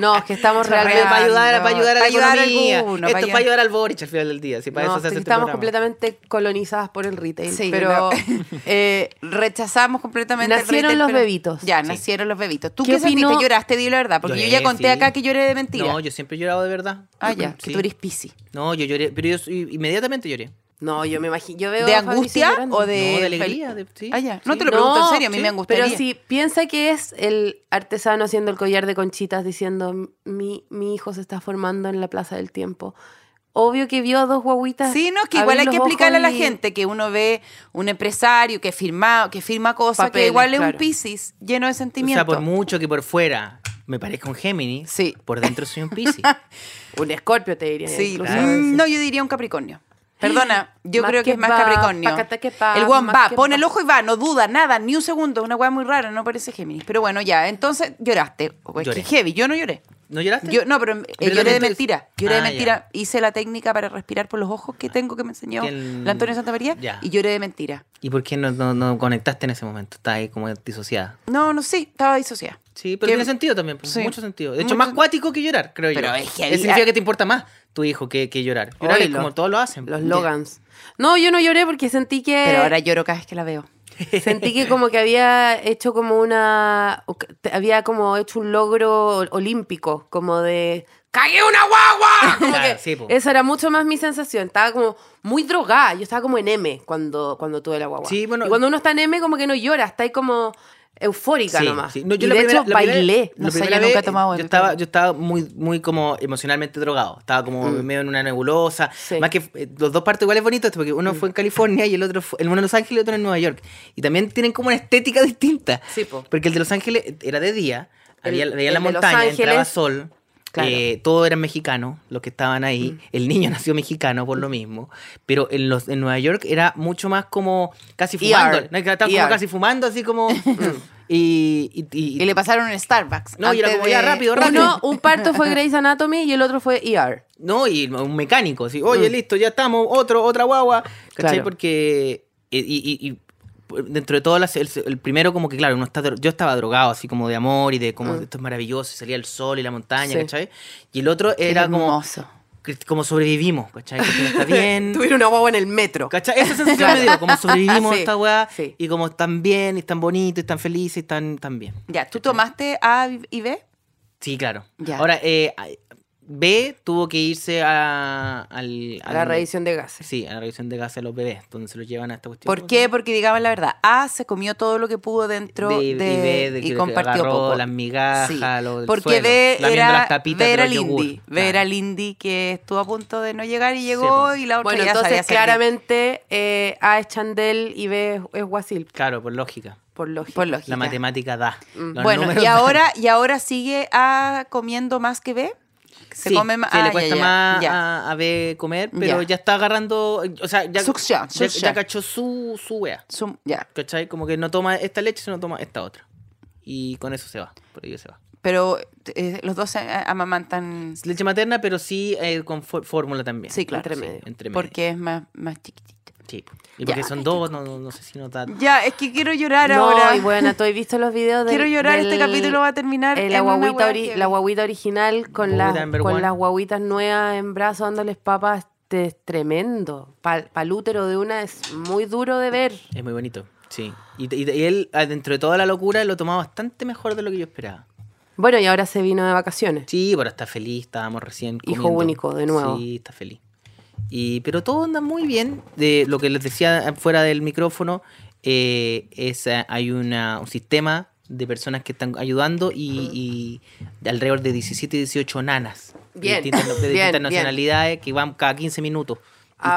F: No, es
B: [LAUGHS]
F: que estamos
B: Chorreando.
F: realmente.
C: Para ayudar, para ayudar a la
B: Para ayudar a
C: economía.
B: alguno,
C: Esto
B: para
C: es para ayudar al Boric al final del día. Si para
F: No,
C: eso se hace
F: sí,
C: este
F: estamos
C: programa.
F: completamente colonizadas por el retail.
B: Sí, no.
F: pero eh,
B: Rechazamos completamente. el
F: Nacieron
B: retail,
F: los
B: pero-
F: bebitos.
B: Ya,
F: Sí.
B: nacieron los bebitos. ¿Tú
F: ¿Qué
B: qué, sentiste?
F: opinó-
B: ¿Lloraste? Di la verdad, porque yo ya
C: Lloré,
B: conté
C: sí.
B: acá que lloré de mentira.
C: No, yo siempre he llorado de verdad.
B: [LAUGHS] Ah, ya, que
C: Sí.
B: tú eres pisi.
C: No, yo lloré, pero yo soy- inmediatamente lloré.
F: no, yo me imagino. Yo veo
B: ¿De
F: a Fabricio
B: angustia
F: llorando.
B: o de,
C: no, de alegría. De, sí,
B: Ah, ya. No
C: sí.
B: te lo pregunto en serio, a mí
C: sí,
B: me angustiaría.
F: Pero si piensa que es el artesano haciendo el collar de conchitas diciendo mi, mi hijo se está formando en la Plaza del Tiempo. Obvio que vio a dos guaguitas.
B: Sí, no, es que
F: abrir
B: igual hay
F: los
B: que
F: ojos
B: explicarle a la
F: y-
B: gente que uno ve un empresario que firma, que firma cosas, que
F: Papeles,
B: igual es
F: claro.
B: un piscis lleno de
C: O
B: sentimientos.
C: sea, por mucho que por fuera me parezca un Géminis,
B: Sí.
C: por dentro soy un
B: [LAUGHS]
C: Piscis.
F: Un escorpio te diría.
B: Sí,
F: incluso.
B: mm, no, yo diría un Capricornio. Perdona, yo
F: Más
B: creo que
F: que
B: es más
F: va,
B: Capricornio.
F: pacata que pa,
B: el guan
F: más
B: va,
F: que
B: pone
F: va.
B: el ojo y va, no duda nada, ni un segundo. Una weá muy rara, no parece Géminis. Pero bueno, ya, entonces lloraste. O es que
C: Lloré.
B: heavy, yo no lloré.
C: ¿No lloraste?
B: Yo, no, pero eh,
C: Pero
B: lloré de
C: también tú-
B: mentira. Lloré de
C: Ah, ya.
B: mentira. Hice la técnica para respirar por los ojos que tengo que me enseñó
C: Que el-
B: la Antonio Santa María
C: Ya.
B: y lloré de mentira.
C: ¿Y por qué no, no, no conectaste en ese momento? Estás ahí como disociada.
B: No, no, sí, estaba disociada.
C: Sí, pero
B: Que-
C: tiene sentido también, pues,
B: Sí.
C: mucho sentido. De hecho,
B: Mucho
C: más
B: sen-
C: cuático que llorar, creo yo.
B: Pero es que-
C: Eso significa que te importa más tu hijo que, que llorar. Llorar es
F: Oilo.
C: como todos lo hacen.
F: Los Logans. No, yo no lloré porque sentí que.
B: Pero ahora lloro cada vez que la veo.
F: Sentí que como que había hecho como una... o que te- Había como hecho un logro ol- olímpico, como de... ¡Cagué una
C: [LAUGHS]
F: guagua! Como
C: Claro,
F: que
C: sí, po.
F: esa era mucho más mi sensación. Estaba como muy drogada. Yo estaba como en M cuando, cuando tuve la guagua.
C: Sí, bueno-
F: y cuando uno está en M como que no llora, está ahí como eufórica
C: Sí,
F: nomás.
C: sí. No, yo
F: Y
C: la
F: de
C: primera-
F: hecho
C: la primera-
F: bailé.
B: No
C: la
B: sé,
C: primera
B: yo nunca he
C: vez,
B: tomado
C: Yo
B: el-
C: estaba, yo estaba muy, muy como emocionalmente drogado. Estaba como medio en una nebulosa.
F: Mm. Sí. Mm.
C: Más que eh, los dos partes iguales bonitos, porque uno fue en California y el otro fue, el uno en Los Ángeles y el otro en Nueva York. Y también tienen como una estética distinta.
F: Sí, po.
C: Porque el de Los Ángeles era de día,
F: El-
C: había, veía
F: el
C: la
F: de Los
C: montaña,
F: Ángeles.
C: entraba sol.
F: Claro. Mm.
C: eh, todo eran mexicanos, los que estaban ahí. El niño [LAUGHS] nació mexicano por lo mismo. Pero en los en Nueva York era mucho más como casi
F: E
B: ER.
C: fumando. ¿no? Estaban como
B: ER.
C: casi fumando, así
F: [LAUGHS]
C: como. y, y- y-
B: Y le pasaron un Starbucks.
C: No, y era
B: antes
C: como, ya,
B: de-
C: rápido, rápido.
F: Uno, un
C: [LAUGHS]
F: parto fue Grey's Anatomy y el otro fue ER.
C: No, y un mecánico, así, oye, listo, ya estamos, otro, otra guagua. ¿Cachai?
F: Mm. Claro.
C: Porque. Y, y- y- y dentro de todo, las- el, el primero, como que, claro, uno está, dro- yo estaba drogado, así como de amor y de como esto es maravilloso, y salía el sol y la montaña,
F: Mm. Sí.
C: ¿cachai? Y el otro era como,
B: hermoso.
C: como sobrevivimos, ¿cachai? Que
F: [LAUGHS]
C: todo está bien.
F: Tuvieron una guagua en el metro.
C: ¿Cachai? Esa sensación me dio,
F: [LAUGHS]
C: como sobrevivimos
F: Sí,
C: a esta weá,
F: sí.
C: y como están bien, y están bonitos, y están felices, y están, están bien.
B: Ya, ¿tú tomaste A y B?
C: Sí, claro.
B: Ya.
C: Ahora, eh, B tuvo que irse a, al,
F: A la
C: al-
F: revisión de gases.
C: Sí, a la revisión de gases a los bebés, donde se los llevan a esta cuestión.
B: ¿Por qué? Porque digamos la verdad, A se comió todo lo que pudo dentro de,
C: De- y B, de
B: y
C: que
B: compartió
C: agarró
B: poco.
C: las migajas, lo del
B: Porque
C: suelo,
B: B
C: lamiendo
B: era,
C: las tapitas
B: B
C: de
B: era
C: los yogur,
B: Lindy, B
C: claro.
B: era Lindy que estuvo a punto de no llegar y
C: po.
B: llegó y la otra
F: Bueno,
B: ya sabía
F: entonces
B: hacer bien.
F: claramente eh, A es Chandel y B es, es Guasil,
C: Claro, por lógica.
F: por lógica.
B: por lógica.
C: La matemática da. Los
B: Mm. Bueno,
C: números
B: y
C: dan.
B: ahora y ahora sigue A comiendo más que B? Se
C: Sí,
B: come más
C: sí,
B: ah,
C: le
B: ya,
C: cuesta
B: ya,
C: más
B: ya.
C: A, a B comer, pero
B: Ya.
C: ya está agarrando. O sea, ya,
B: Succión,
C: ya-
B: succión.
C: ya cachó su, su wea.
B: Sum- ya.
C: ¿Cachai? Como que no toma esta leche, sino toma esta otra. Y con eso se va. Por ello se va.
B: Pero eh, los dos se eh, amamantan
C: Es leche materna, pero sí eh, con fór- fórmula también.
B: Sí, claro.
C: Entre
B: sí,
C: medio. Entre medio.
B: Porque es más, más chiquitito.
C: Sí. Y porque son dos, no, no- no sé si no da.
B: Ya, es que quiero llorar
F: no,
B: ahora.
F: [LAUGHS] y bueno, tú has visto los videos de. eh,
B: quiero llorar. este capítulo va a terminar en
F: la,
B: una
F: guaguita
B: wea
F: ori-
B: heavy.
F: la guaguita original con,
C: Bullet
F: las-
C: number
F: con
C: one.
F: las guaguitas nuevas en brazos dándoles papas. Te, es tremendo. Para el útero de una es muy duro de ver.
C: Es muy bonito. Sí. Y, y- y él, ah, dentro de toda la locura, lo tomaba bastante mejor de lo que yo esperaba.
F: Bueno, y ahora se vino de vacaciones.
C: Sí, pero está feliz, estábamos recién.
F: Hijo
C: comiendo.
F: único, de nuevo.
C: Sí, está feliz. Y, pero todo anda muy bien. De lo que les decía fuera del micrófono, eh, es, eh, hay una, un sistema de personas que están ayudando y, y de alrededor de 17 y 18 nanas
F: Bien,
C: de distintas, de
F: [LAUGHS] bien,
C: distintas
F: bien.
C: nacionalidades que van cada 15 minutos.
F: A-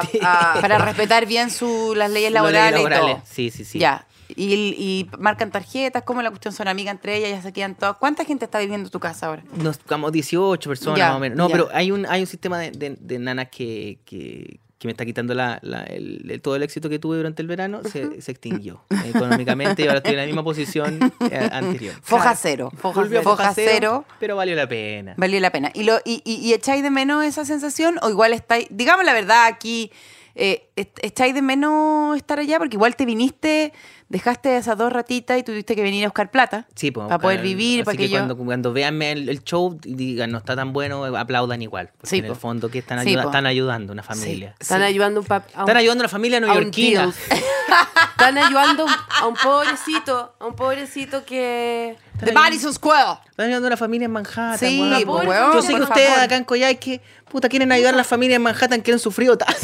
B: [LAUGHS]
F: a-
B: ah, Para respetar bien su, las leyes
C: Las leyes
B: laborales, y
C: laborales,
B: todo.
C: sí, sí, sí.
B: Ya. Y, y marcan tarjetas, como la cuestión son amigas entre ellas, ya se quedan todas. ¿Cuánta gente está viviendo en tu casa ahora?
C: Nos como 18 personas
B: Ya,
C: más o menos. No,
B: ya.
C: pero hay un, hay un sistema de, de- de nanas que, que- que me está quitando la, la- el- el- todo el éxito que tuve durante el verano. Se, se extinguió económicamente y ahora estoy en la misma posición eh,
B: [LAUGHS]
C: anterior.
B: Foja cero. Foja,
C: Volvió a Foja
B: cero.
C: Cero, pero valió la pena.
B: Valió la pena. ¿Y, lo, y, y, y echáis de menos esa sensación? ¿O igual estáis, digamos la verdad, aquí, eh, est- echáis de menos estar allá? Porque igual te viniste dejaste a esas dos ratitas y tuviste que venir a buscar plata
C: Sí, pues,
B: para poder
C: claro.
B: vivir,
C: Así
B: para que, yo...
C: cuando, cuando vean el, el show y digan no está tan bueno, aplaudan igual. Porque
B: Sí,
C: en el
B: po.
C: fondo que están,
B: Sí,
C: ayuda-
B: po.
C: están ayudando a una familia.
F: Están ayudando un pap- a un
C: Están ayudando a la familia
F: a un
C: neoyorquina.
F: tío. [LAUGHS] Están ayudando a un pobrecito, a un pobrecito que...
B: De Madison Square.
C: Están ayudando a la familia en Manhattan.
B: Sí,
C: weón.
B: po, weón,
C: Yo sé que
B: por
C: ustedes
B: favor.
C: acá en Coyhaique que, puta, quieren ayudar a la familia en Manhattan que han sufrido tanto.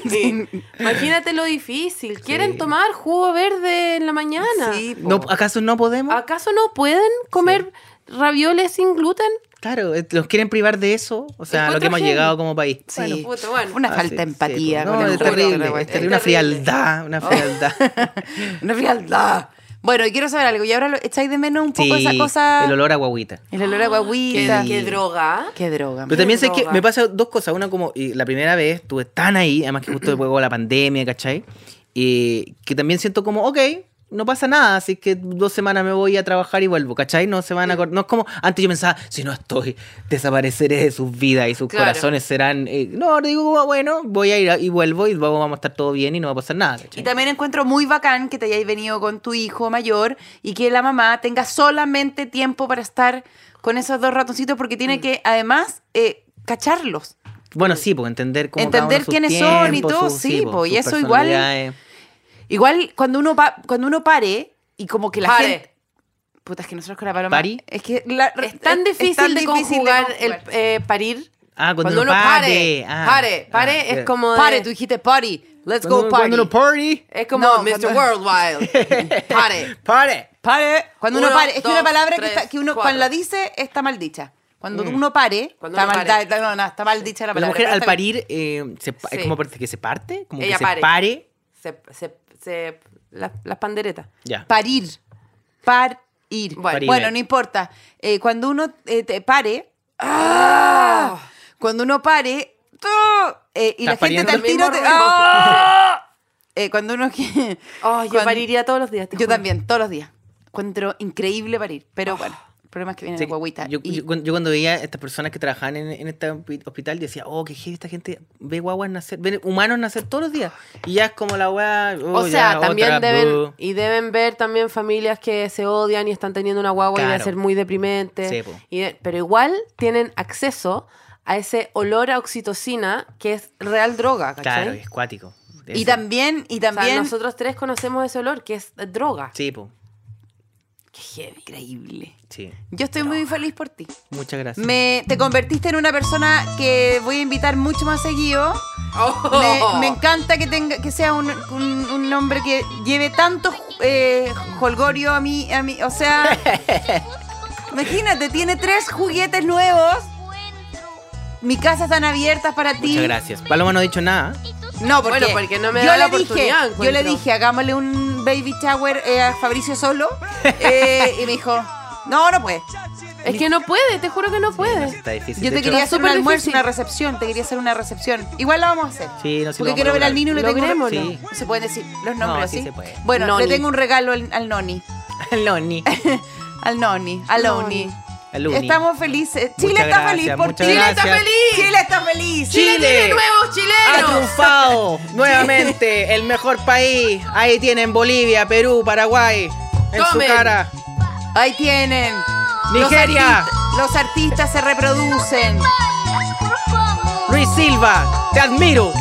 B: [LAUGHS]
F: Imagínate lo difícil. ¿Quieren tomar jugo verde en la mañana?
B: Sí, po.
C: [LAUGHS] No, ¿Acaso no podemos?
B: Ah.
F: ¿Acaso no pueden comer ravioles sin gluten?
C: Claro, eh, los quieren privar de eso. O sea, a lo que hemos
F: Encuentro
C: llegado como país.
B: Sí.
F: Bueno, puto, bueno.
B: Una
C: Ah,
B: falta
C: sí,
B: de
C: sí,
B: empatía.
C: po.
B: con
C: No,
B: el
C: es
B: público,
C: terrible, Eh,
B: la
C: es
B: cuestión. Oh.
C: terrible, Una
F: terrible.
C: frialdad, una frialdad.
B: Una frialdad. Bueno, y quiero saber algo. Y ahora lo, echáis de menos [LAUGHS] un poco esa
C: Sí,
B: cosa.
C: El olor a guaguita.
B: el olor a
F: Ah, ¿Qué,
B: guaguita.
F: qué droga?
B: Qué droga.
C: Pero también sé que
B: ah.
F: droga.
C: me pasa dos cosas. Una, como y la primera vez estuve tan ahí, además que justo luego la pandemia, ¿cachai? Y que también siento como, ok, no pasa nada, así que dos semanas me voy a trabajar y vuelvo, ¿cachai? No se van a cor- No es como, antes yo pensaba, si no estoy, desapareceré de sus vidas y sus
F: Claro.
C: corazones serán. eh, no, ahora digo, como, bueno, voy a ir a- y vuelvo y luego vamos a estar todo bien y no va a pasar nada, ¿cachai?
B: Y también encuentro muy bacán que te hayáis venido con tu hijo mayor y que la mamá tenga solamente tiempo para estar con esos dos ratoncitos porque
F: Mm.
B: tiene que, además, eh, cacharlos.
C: Bueno, sí, pues entender cómo cada uno
B: Entender
C: sus
B: quiénes son y
C: tiempos,
B: todo,
C: sus-
B: sí, po, y
C: sus
B: eso igual-
C: personalidades.
B: Igual cuando uno, pa- cuando uno pare y como que la
F: Pare.
B: gente... Puta, es que nosotros con la paloma...
C: ¿Pari?
B: Es que la-
F: Es tan difícil, de, conjugar el eh, parir.
C: Ah, cuando,
F: Cuando
C: uno
F: uno
C: pare.
F: pare,
C: Ah,
F: pare, pare,
C: ah,
F: es
C: ya.
F: como de-
B: Pare, tú dijiste party. Let's
C: Cuando
B: go
C: uno-
B: party.
C: Cuando uno party.
F: Es como
B: No,
F: Mr.
B: cuando- [LAUGHS]
F: Worldwide. Pare.
C: Pare.
B: Pare. Cuando uno,
F: Uno,
B: pare. Es que
F: dos,
B: una palabra que,
F: tres,
B: está- que uno
F: cuatro. Mm.
B: cuando la dice está mal dicha. Cuando uno pare,
F: Cuando
B: está,
F: uno
B: mal,
F: pare.
B: está- no, no, está mal dicha la
C: La
B: palabra.
C: mujer
B: pero
C: al
B: está bien.
C: parir eh, se pa- es
F: Sí.
C: como parece que se parte, como
F: Ella
C: que se
F: pare.
C: pare.
F: Se, se, se- la- las panderetas.
C: Ya.
B: Parir. Parir.
F: Bueno.
B: Bueno, no importa. Eh, cuando uno eh, te pare. ¡ah! Cuando uno pare. ¡tú! Eh, y la
C: Estás
B: gente te
C: pariendo
B: tira.
C: al
F: mismo
B: Te,
F: ritmo.
B: ¡ah! Eh, cuando uno. que-
F: Ay, yo
B: cuando-
F: pariría todos los días. te
B: Yo
F: juro.
B: también, todos los días. Encuentro increíble parir.
F: Oh.
B: Pero bueno, el problema es que viene
C: Sí,
B: la guaguita.
C: yo,
B: y-
C: yo cuan- yo cuando veía a estas personas que trabajaban en, en este hopi- hospital, decía, oh, qué heavy, esta gente ve guaguas nacer, ven humanos nacer todos los días. Y ya es como la guagua. oh,
F: O sea,
C: ya,
F: también
C: otra,
F: deben
C: buh.
F: y deben ver también familias que se odian y están teniendo una guagua y
C: Claro.
F: debe ser muy deprimente.
C: Sí, po.
F: Y de- pero igual tienen acceso a ese olor a oxitocina que es real droga, ¿cachai?
C: Claro, es cuático.
B: Y
C: Ese-
B: también, y
F: O sea,
B: también.
F: nosotros tres conocemos ese olor que es eh, droga.
C: Sí, po,
B: Qué heavy. Increíble.
C: sí.
B: Yo estoy muy feliz por ti.
C: Muchas gracias.
B: Me, te convertiste en una persona que voy a invitar mucho más seguido.
F: [LAUGHS] Oh.
B: Me, me encanta que tenga, que sea un, un- un hombre que lleve tanto eh, jolgorio a mí, a mí. O
F: [LAUGHS]
B: sea, imagínate, tiene tres juguetes nuevos. Mi casa están abiertas para ti.
C: Muchas gracias. Paloma no ha dicho nada.
B: No, porque,
F: Bueno, porque no me
B: yo
F: da la
B: le dije,
F: oportunidad,
B: Yo le
F: encuentro.
B: dije, hagámosle un baby shower eh, a Fabricio
F: [LAUGHS]
B: solo. eh, y me dijo, no, no puede.
F: Es que no puede, te juro que no puede.
C: Está difícil.
B: Yo
C: de
B: te
C: hecho-
B: quería
C: [LAUGHS]
B: hacer un
F: súper
B: almuerzo,
F: difícil.
B: una recepción. Te quería hacer una recepción. Igual la vamos a hacer.
C: Sí, no sé
B: Porque
C: lo
B: quiero
C: vamos
B: ver
C: a
B: al Nino y le tengo un
F: Logrémoslo.
B: regalo. Se pueden decir los nombres,
C: No, sí
B: ¿sí?
C: se puede.
B: Bueno,
F: Noni.
B: le tengo un regalo al, al Noni. [LAUGHS]
C: Loni.
B: Al Noni. Al Noni.
C: Aluni.
B: Estamos felices. Chile
C: Muchas
B: está
C: gracias,
B: feliz por ti.
C: muchas
F: ¡Chile está
C: Gracias.
F: feliz!
B: Chile está feliz.
F: ¡Chile tiene
C: Chile.
F: nuevos
C: ha
F: chilenos!
C: triunfado nuevamente el mejor país. Ahí tienen Bolivia, Perú, Paraguay. En
F: Tomen.
C: su cara.
B: Ahí tienen. Los
C: Nigeria.
B: arti- Los artistas se reproducen.
C: Luis Silva, te admiro.